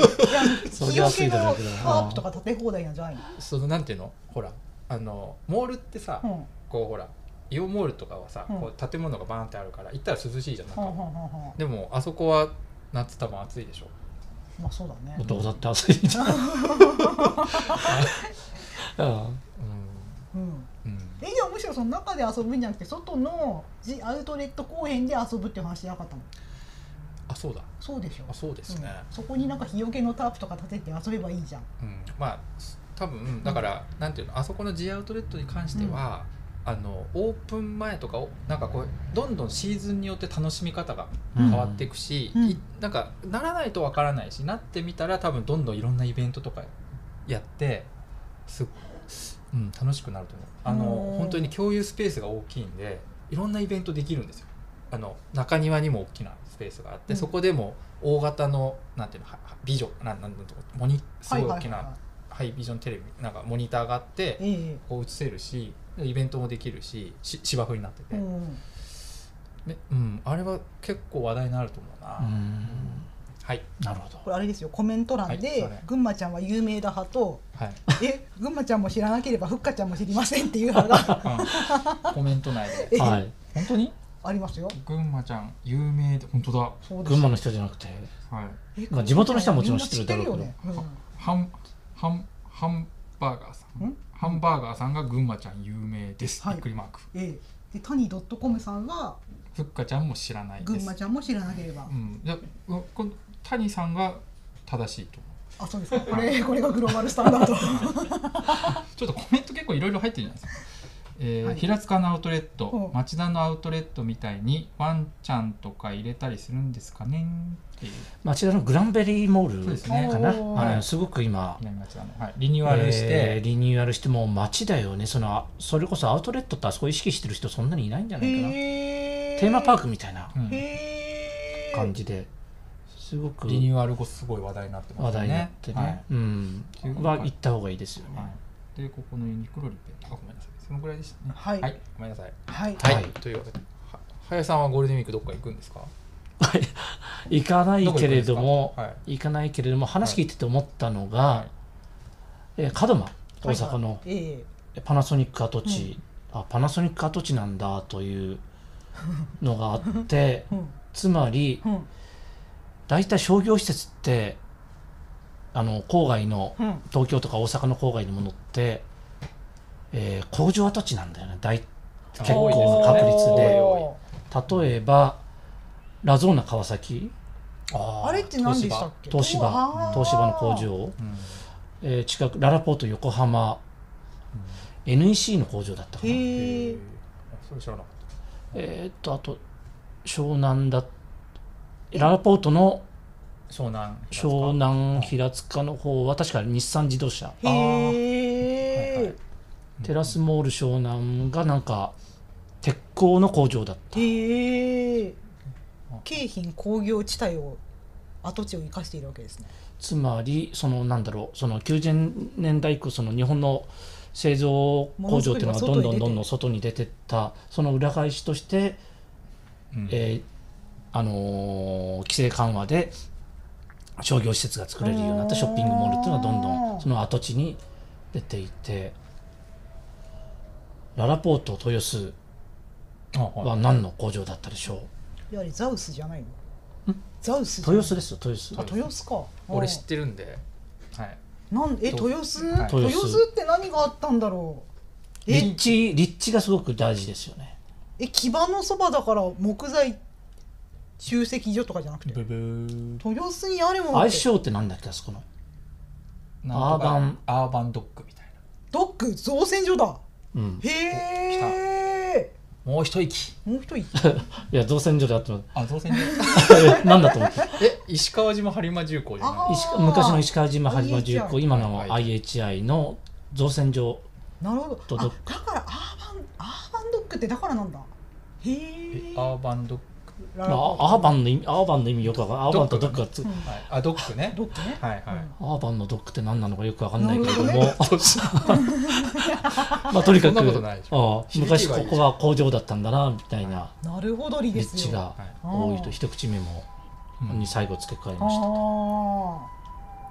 Speaker 1: そ
Speaker 2: 日
Speaker 1: れは
Speaker 2: よ
Speaker 1: 暑
Speaker 2: け
Speaker 1: い
Speaker 2: の
Speaker 1: だろうけど
Speaker 2: パープとか立て放題なんじゃないの
Speaker 3: そのなんていうのほらあのモールってさ、
Speaker 2: うん
Speaker 3: こうほらイオンモールとかはさ、
Speaker 2: うん
Speaker 3: こう建物がバーンってあるから行ったら涼しいじゃんなんか、
Speaker 2: ほんほんほんほん
Speaker 3: でもあそこは夏多分暑いでしょ
Speaker 2: まあそうだね
Speaker 1: 男だって暑い じゃん。うん
Speaker 3: う
Speaker 2: うん
Speaker 3: ん、うん、
Speaker 2: えじゃあむしろその中で遊ぶんじゃなくて外のジアウトレット公園で遊ぶっていう話じゃなかったの
Speaker 3: あそうだ
Speaker 2: そうでしょ
Speaker 3: あそうですね、
Speaker 2: うんそこになんか日よけのタープとか立てて遊べばいいじゃん
Speaker 3: うんまあ多分だから、なんていうのあそこの G アウトレットに関しては、あのオープン前とかをなんかこうどんどんシーズンによって楽しみ方が変わっていくし、
Speaker 2: うん
Speaker 3: いなんかならないとわからないしなってみたら多分どんどんいろんなイベントとかやってす、うん、楽しくなると思うあ
Speaker 2: う
Speaker 3: の
Speaker 2: ん
Speaker 3: 本当に共有スペースが大きいんでいろんなイベントできるんですよあの中庭にも大きなスペースがあっ
Speaker 2: う
Speaker 3: て、
Speaker 2: ん
Speaker 3: そこでも大型のなんていうのはは美女なんなんなんとモニすごい大き
Speaker 2: はいはい
Speaker 3: な
Speaker 2: はい
Speaker 3: ハイビジョンテレビなんかモニターがあって
Speaker 2: え
Speaker 3: こう映せるしイベントもできるしし芝生になって
Speaker 2: え
Speaker 3: て、
Speaker 2: うん
Speaker 3: ねうん、あれは結構話題になると思うな、
Speaker 1: うん
Speaker 3: はい
Speaker 1: なるほど
Speaker 2: こ。れあれですよコメント欄
Speaker 3: はいすい
Speaker 2: で
Speaker 3: ません
Speaker 2: 群馬ちゃんは有名だ派と
Speaker 3: はい、
Speaker 2: え群馬ちゃんも知らなければふっかちゃんも知りませんっていう派 が
Speaker 3: コメント内で
Speaker 1: はい。
Speaker 3: 本当に
Speaker 2: ありますよ
Speaker 3: 群馬ちゃん有名で本当だは
Speaker 2: そうです
Speaker 1: 群馬の人じゃなくて。
Speaker 3: い
Speaker 2: え
Speaker 1: まあ地元の人はもちろん知ってるだろうけど
Speaker 2: みんな知ってるよね
Speaker 3: ハンハンハンバーガーさん
Speaker 2: ん
Speaker 3: ハンバーガーさんが群馬ちゃん有名です
Speaker 2: はい
Speaker 3: びっくりマーク
Speaker 2: うんええで谷ドットコムさんは
Speaker 3: ふっかちゃんも知らないです
Speaker 2: 群馬ちゃんも知らなければ、
Speaker 3: うんじゃうこの谷さんが正しいと思
Speaker 2: あそうですかこれこれがグローバルスタンダー ド
Speaker 3: うちょっとコメント結構いろいろ入ってるじゃないですかえー
Speaker 2: はい
Speaker 3: 平塚のアウトレッ
Speaker 2: う
Speaker 3: ト
Speaker 2: ん
Speaker 3: 町田のアウトレットみたいにワンちゃんとか入れたりするんですかねっていう
Speaker 1: 町田のグランベリーモー
Speaker 3: そう
Speaker 1: ル
Speaker 3: ですね
Speaker 1: かな、
Speaker 2: お
Speaker 3: ー
Speaker 1: うんすごく今、
Speaker 3: 南町田の、はい、リニューアルして、
Speaker 1: えーリニューアルしてもう街だよねそのあそれこそアウトレットってあそこ意識してる人そんなにいないんじゃないかな、
Speaker 2: へ
Speaker 1: テーマパークみたいな
Speaker 4: うん
Speaker 2: へえ
Speaker 1: 感じですごく
Speaker 4: リニューアル後すごい話題になってま
Speaker 1: 話
Speaker 4: すよ
Speaker 1: 題
Speaker 4: ね
Speaker 1: になってね
Speaker 4: はい
Speaker 1: うん
Speaker 4: ということで
Speaker 1: は行った方がいいですよね、
Speaker 4: はい、でここのユニクロリペあごめんなさいそのぐらいでしたね
Speaker 2: はい
Speaker 4: はい、ごめんなさい
Speaker 2: はい
Speaker 3: はい、
Speaker 1: はい
Speaker 3: ということで
Speaker 4: は林さんはゴールデンウィークどっか行くんですか
Speaker 1: 行かないけれども
Speaker 4: どこ行くんですかはい
Speaker 1: 行かないけれども話聞いてて思ったのが、
Speaker 4: はい
Speaker 1: えー門真大阪の
Speaker 2: え
Speaker 1: パナソニック跡地、あパナソニック跡地なんだというのがあって
Speaker 2: えうん
Speaker 1: つまり
Speaker 2: うん
Speaker 1: 大体商業施設ってあの郊外の
Speaker 2: うん
Speaker 1: 東京とか大阪の郊外のものって、えー工場跡地なんだよね大結構な確率で
Speaker 2: おー
Speaker 1: 例えばラゾーナ川崎
Speaker 2: あれって何でしたっけ
Speaker 1: 東芝
Speaker 2: あー
Speaker 1: 東芝の工場、えー近くララポート横浜、NEC の工場だったかなえ
Speaker 2: へえ
Speaker 4: それ知らなかっ
Speaker 1: ーっとあと湘南だララポートの
Speaker 4: た湘南
Speaker 1: 湘南平塚の方は確か日産自動車
Speaker 4: あー
Speaker 2: へえ
Speaker 1: テラスモール湘南がなんか鉄鋼の工場だった
Speaker 2: へえ京浜工業地帯を跡地を生かしているわけですね
Speaker 1: つまりそのなんだろうその90年代以降その日本の製造工場っていうのがどんどんどんどん外に出てったその裏返しとして、
Speaker 4: うん
Speaker 1: えーあのー規制緩和で商業施設が作れるようになったショッピングモールっていうのはどんどんその跡地に出ていてララポート豊洲
Speaker 4: あはい
Speaker 1: は何の工場だったでしょ
Speaker 2: やはりザウスじゃないのザウス
Speaker 1: う
Speaker 2: じゃない
Speaker 1: 豊洲ですよ豊洲
Speaker 2: あ豊洲か
Speaker 3: 俺知
Speaker 2: あ
Speaker 3: ってるんで
Speaker 4: はい
Speaker 2: ーなんえ豊洲
Speaker 4: はい
Speaker 2: 豊洲って何があったんだろうえ
Speaker 1: 立地立地がすごく大事ですよね
Speaker 2: え基盤のそばだから木材集積所とかじゃなくて
Speaker 4: ブブー
Speaker 2: 豊洲にあるもんっ
Speaker 1: 相
Speaker 2: て
Speaker 1: 性ってなんだっけあそこの
Speaker 4: なんとか
Speaker 1: アーバン
Speaker 4: アーバンドッグみたい
Speaker 2: ドック造船所だ
Speaker 1: うん
Speaker 2: へえ
Speaker 4: なもう一息
Speaker 2: もう一人
Speaker 1: いや造船所であっても
Speaker 4: あ造船所
Speaker 1: なんだと思った
Speaker 3: え石川島播磨重工じゃない
Speaker 2: あ
Speaker 1: 石
Speaker 2: ー
Speaker 1: 昔の石川島始ま重
Speaker 2: IHI
Speaker 1: 工今の
Speaker 3: は
Speaker 1: IHI の造船所
Speaker 2: なるほど
Speaker 1: と
Speaker 2: あ
Speaker 1: ドッ
Speaker 2: だからアーバンアーバンドックってだからなんだへえ
Speaker 4: えアーバンドッ
Speaker 2: ラ
Speaker 1: ま
Speaker 2: ラ
Speaker 1: あアーバンの意味アーバンの意味よくわかんないアーバンと
Speaker 4: ド
Speaker 1: ドッ
Speaker 4: ッ
Speaker 1: クがつ
Speaker 2: うん
Speaker 4: グはいあドッグね
Speaker 2: ドックね
Speaker 4: はいはい
Speaker 1: アーバンのドックって何なのかよくわかんないけれど
Speaker 2: なる
Speaker 1: も まあとにかく
Speaker 3: そんなことないでし
Speaker 1: ああ
Speaker 3: 響
Speaker 1: 昔
Speaker 3: きがいい
Speaker 1: ここは工場だったんだなみたいな
Speaker 2: なるほどりで
Speaker 1: 立
Speaker 2: す
Speaker 1: 地
Speaker 2: よ
Speaker 1: が
Speaker 4: はい
Speaker 1: 多いと一口目も
Speaker 4: うん
Speaker 1: に最後付け加え
Speaker 2: あ
Speaker 1: ました
Speaker 2: あは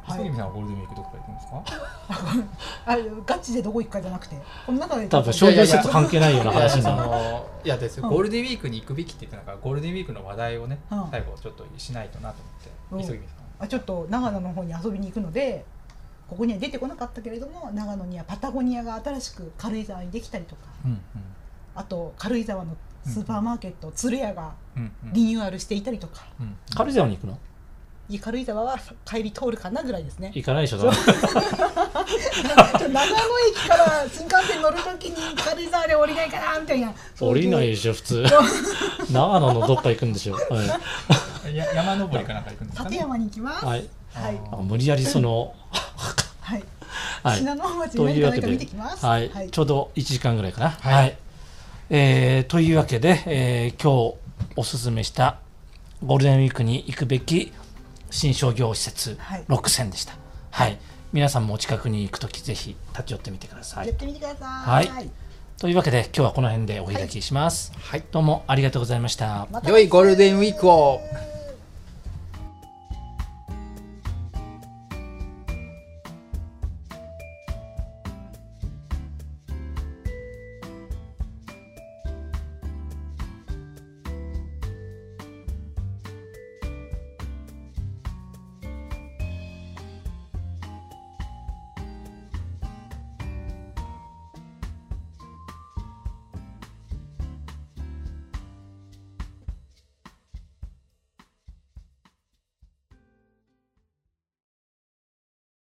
Speaker 4: 磯
Speaker 2: い
Speaker 4: 君さんはゴールデンウィークどこか行くんですか
Speaker 2: あガチでどこ行くかじゃなくてこの中で
Speaker 1: 多分商業施設関係ないような話に
Speaker 3: そ
Speaker 1: なる
Speaker 3: のいやですよ
Speaker 2: うん
Speaker 3: ゴールデンウィークに行くべきって言ってたからゴールデンウィークの話題をね、
Speaker 2: うん
Speaker 3: 最後ちょっとしないとなと
Speaker 2: うん
Speaker 3: 思って、磯君さん
Speaker 2: あちょっと長野の方に遊びに行くのでここには出てこなかったけれども長野にはパタゴニアが新しく軽井沢にできたりとか
Speaker 4: うんうん
Speaker 2: あと軽井沢のスーパーマーケット、鶴屋が
Speaker 4: うんうん
Speaker 2: リニューアルしていたりとか、
Speaker 4: うん
Speaker 1: 軽井沢に行くの
Speaker 2: いい軽井沢は帰り通るかなぐらいですね
Speaker 1: 行かないでしょだから
Speaker 2: ちょ長野駅から新幹線乗るときに軽井沢で降りないかなみたいな
Speaker 1: 降りないでしょ普通長野のどっか行くんでしょはい
Speaker 4: うんや山登りかなんか行くんですか
Speaker 2: 立
Speaker 4: ね
Speaker 2: 山に行きますは、
Speaker 1: はいい、
Speaker 2: はい
Speaker 1: あ無理やりその、
Speaker 2: はい
Speaker 1: はい、
Speaker 2: 信濃町に
Speaker 1: とい
Speaker 2: 何
Speaker 1: う
Speaker 2: か
Speaker 1: わ
Speaker 2: ない
Speaker 1: け
Speaker 2: か
Speaker 1: で
Speaker 2: 見てきます
Speaker 1: はい
Speaker 2: はい
Speaker 1: ちょうど1時間ぐらいかな。はい
Speaker 3: い
Speaker 1: えーというわけで、えー今日おすすめしたゴールデンウィークに行くべき新商業施設
Speaker 2: はい
Speaker 1: 6選でした。はい、皆さんもお近くに行くときぜひ立ち寄ってみてくださ
Speaker 2: や
Speaker 1: い
Speaker 2: っ。てみてください、
Speaker 1: はいというわけで今日はこの辺でお開きします。
Speaker 3: はい
Speaker 1: どうもありがとうございました。
Speaker 2: また
Speaker 3: 良いゴールデンウィークを
Speaker 2: 来週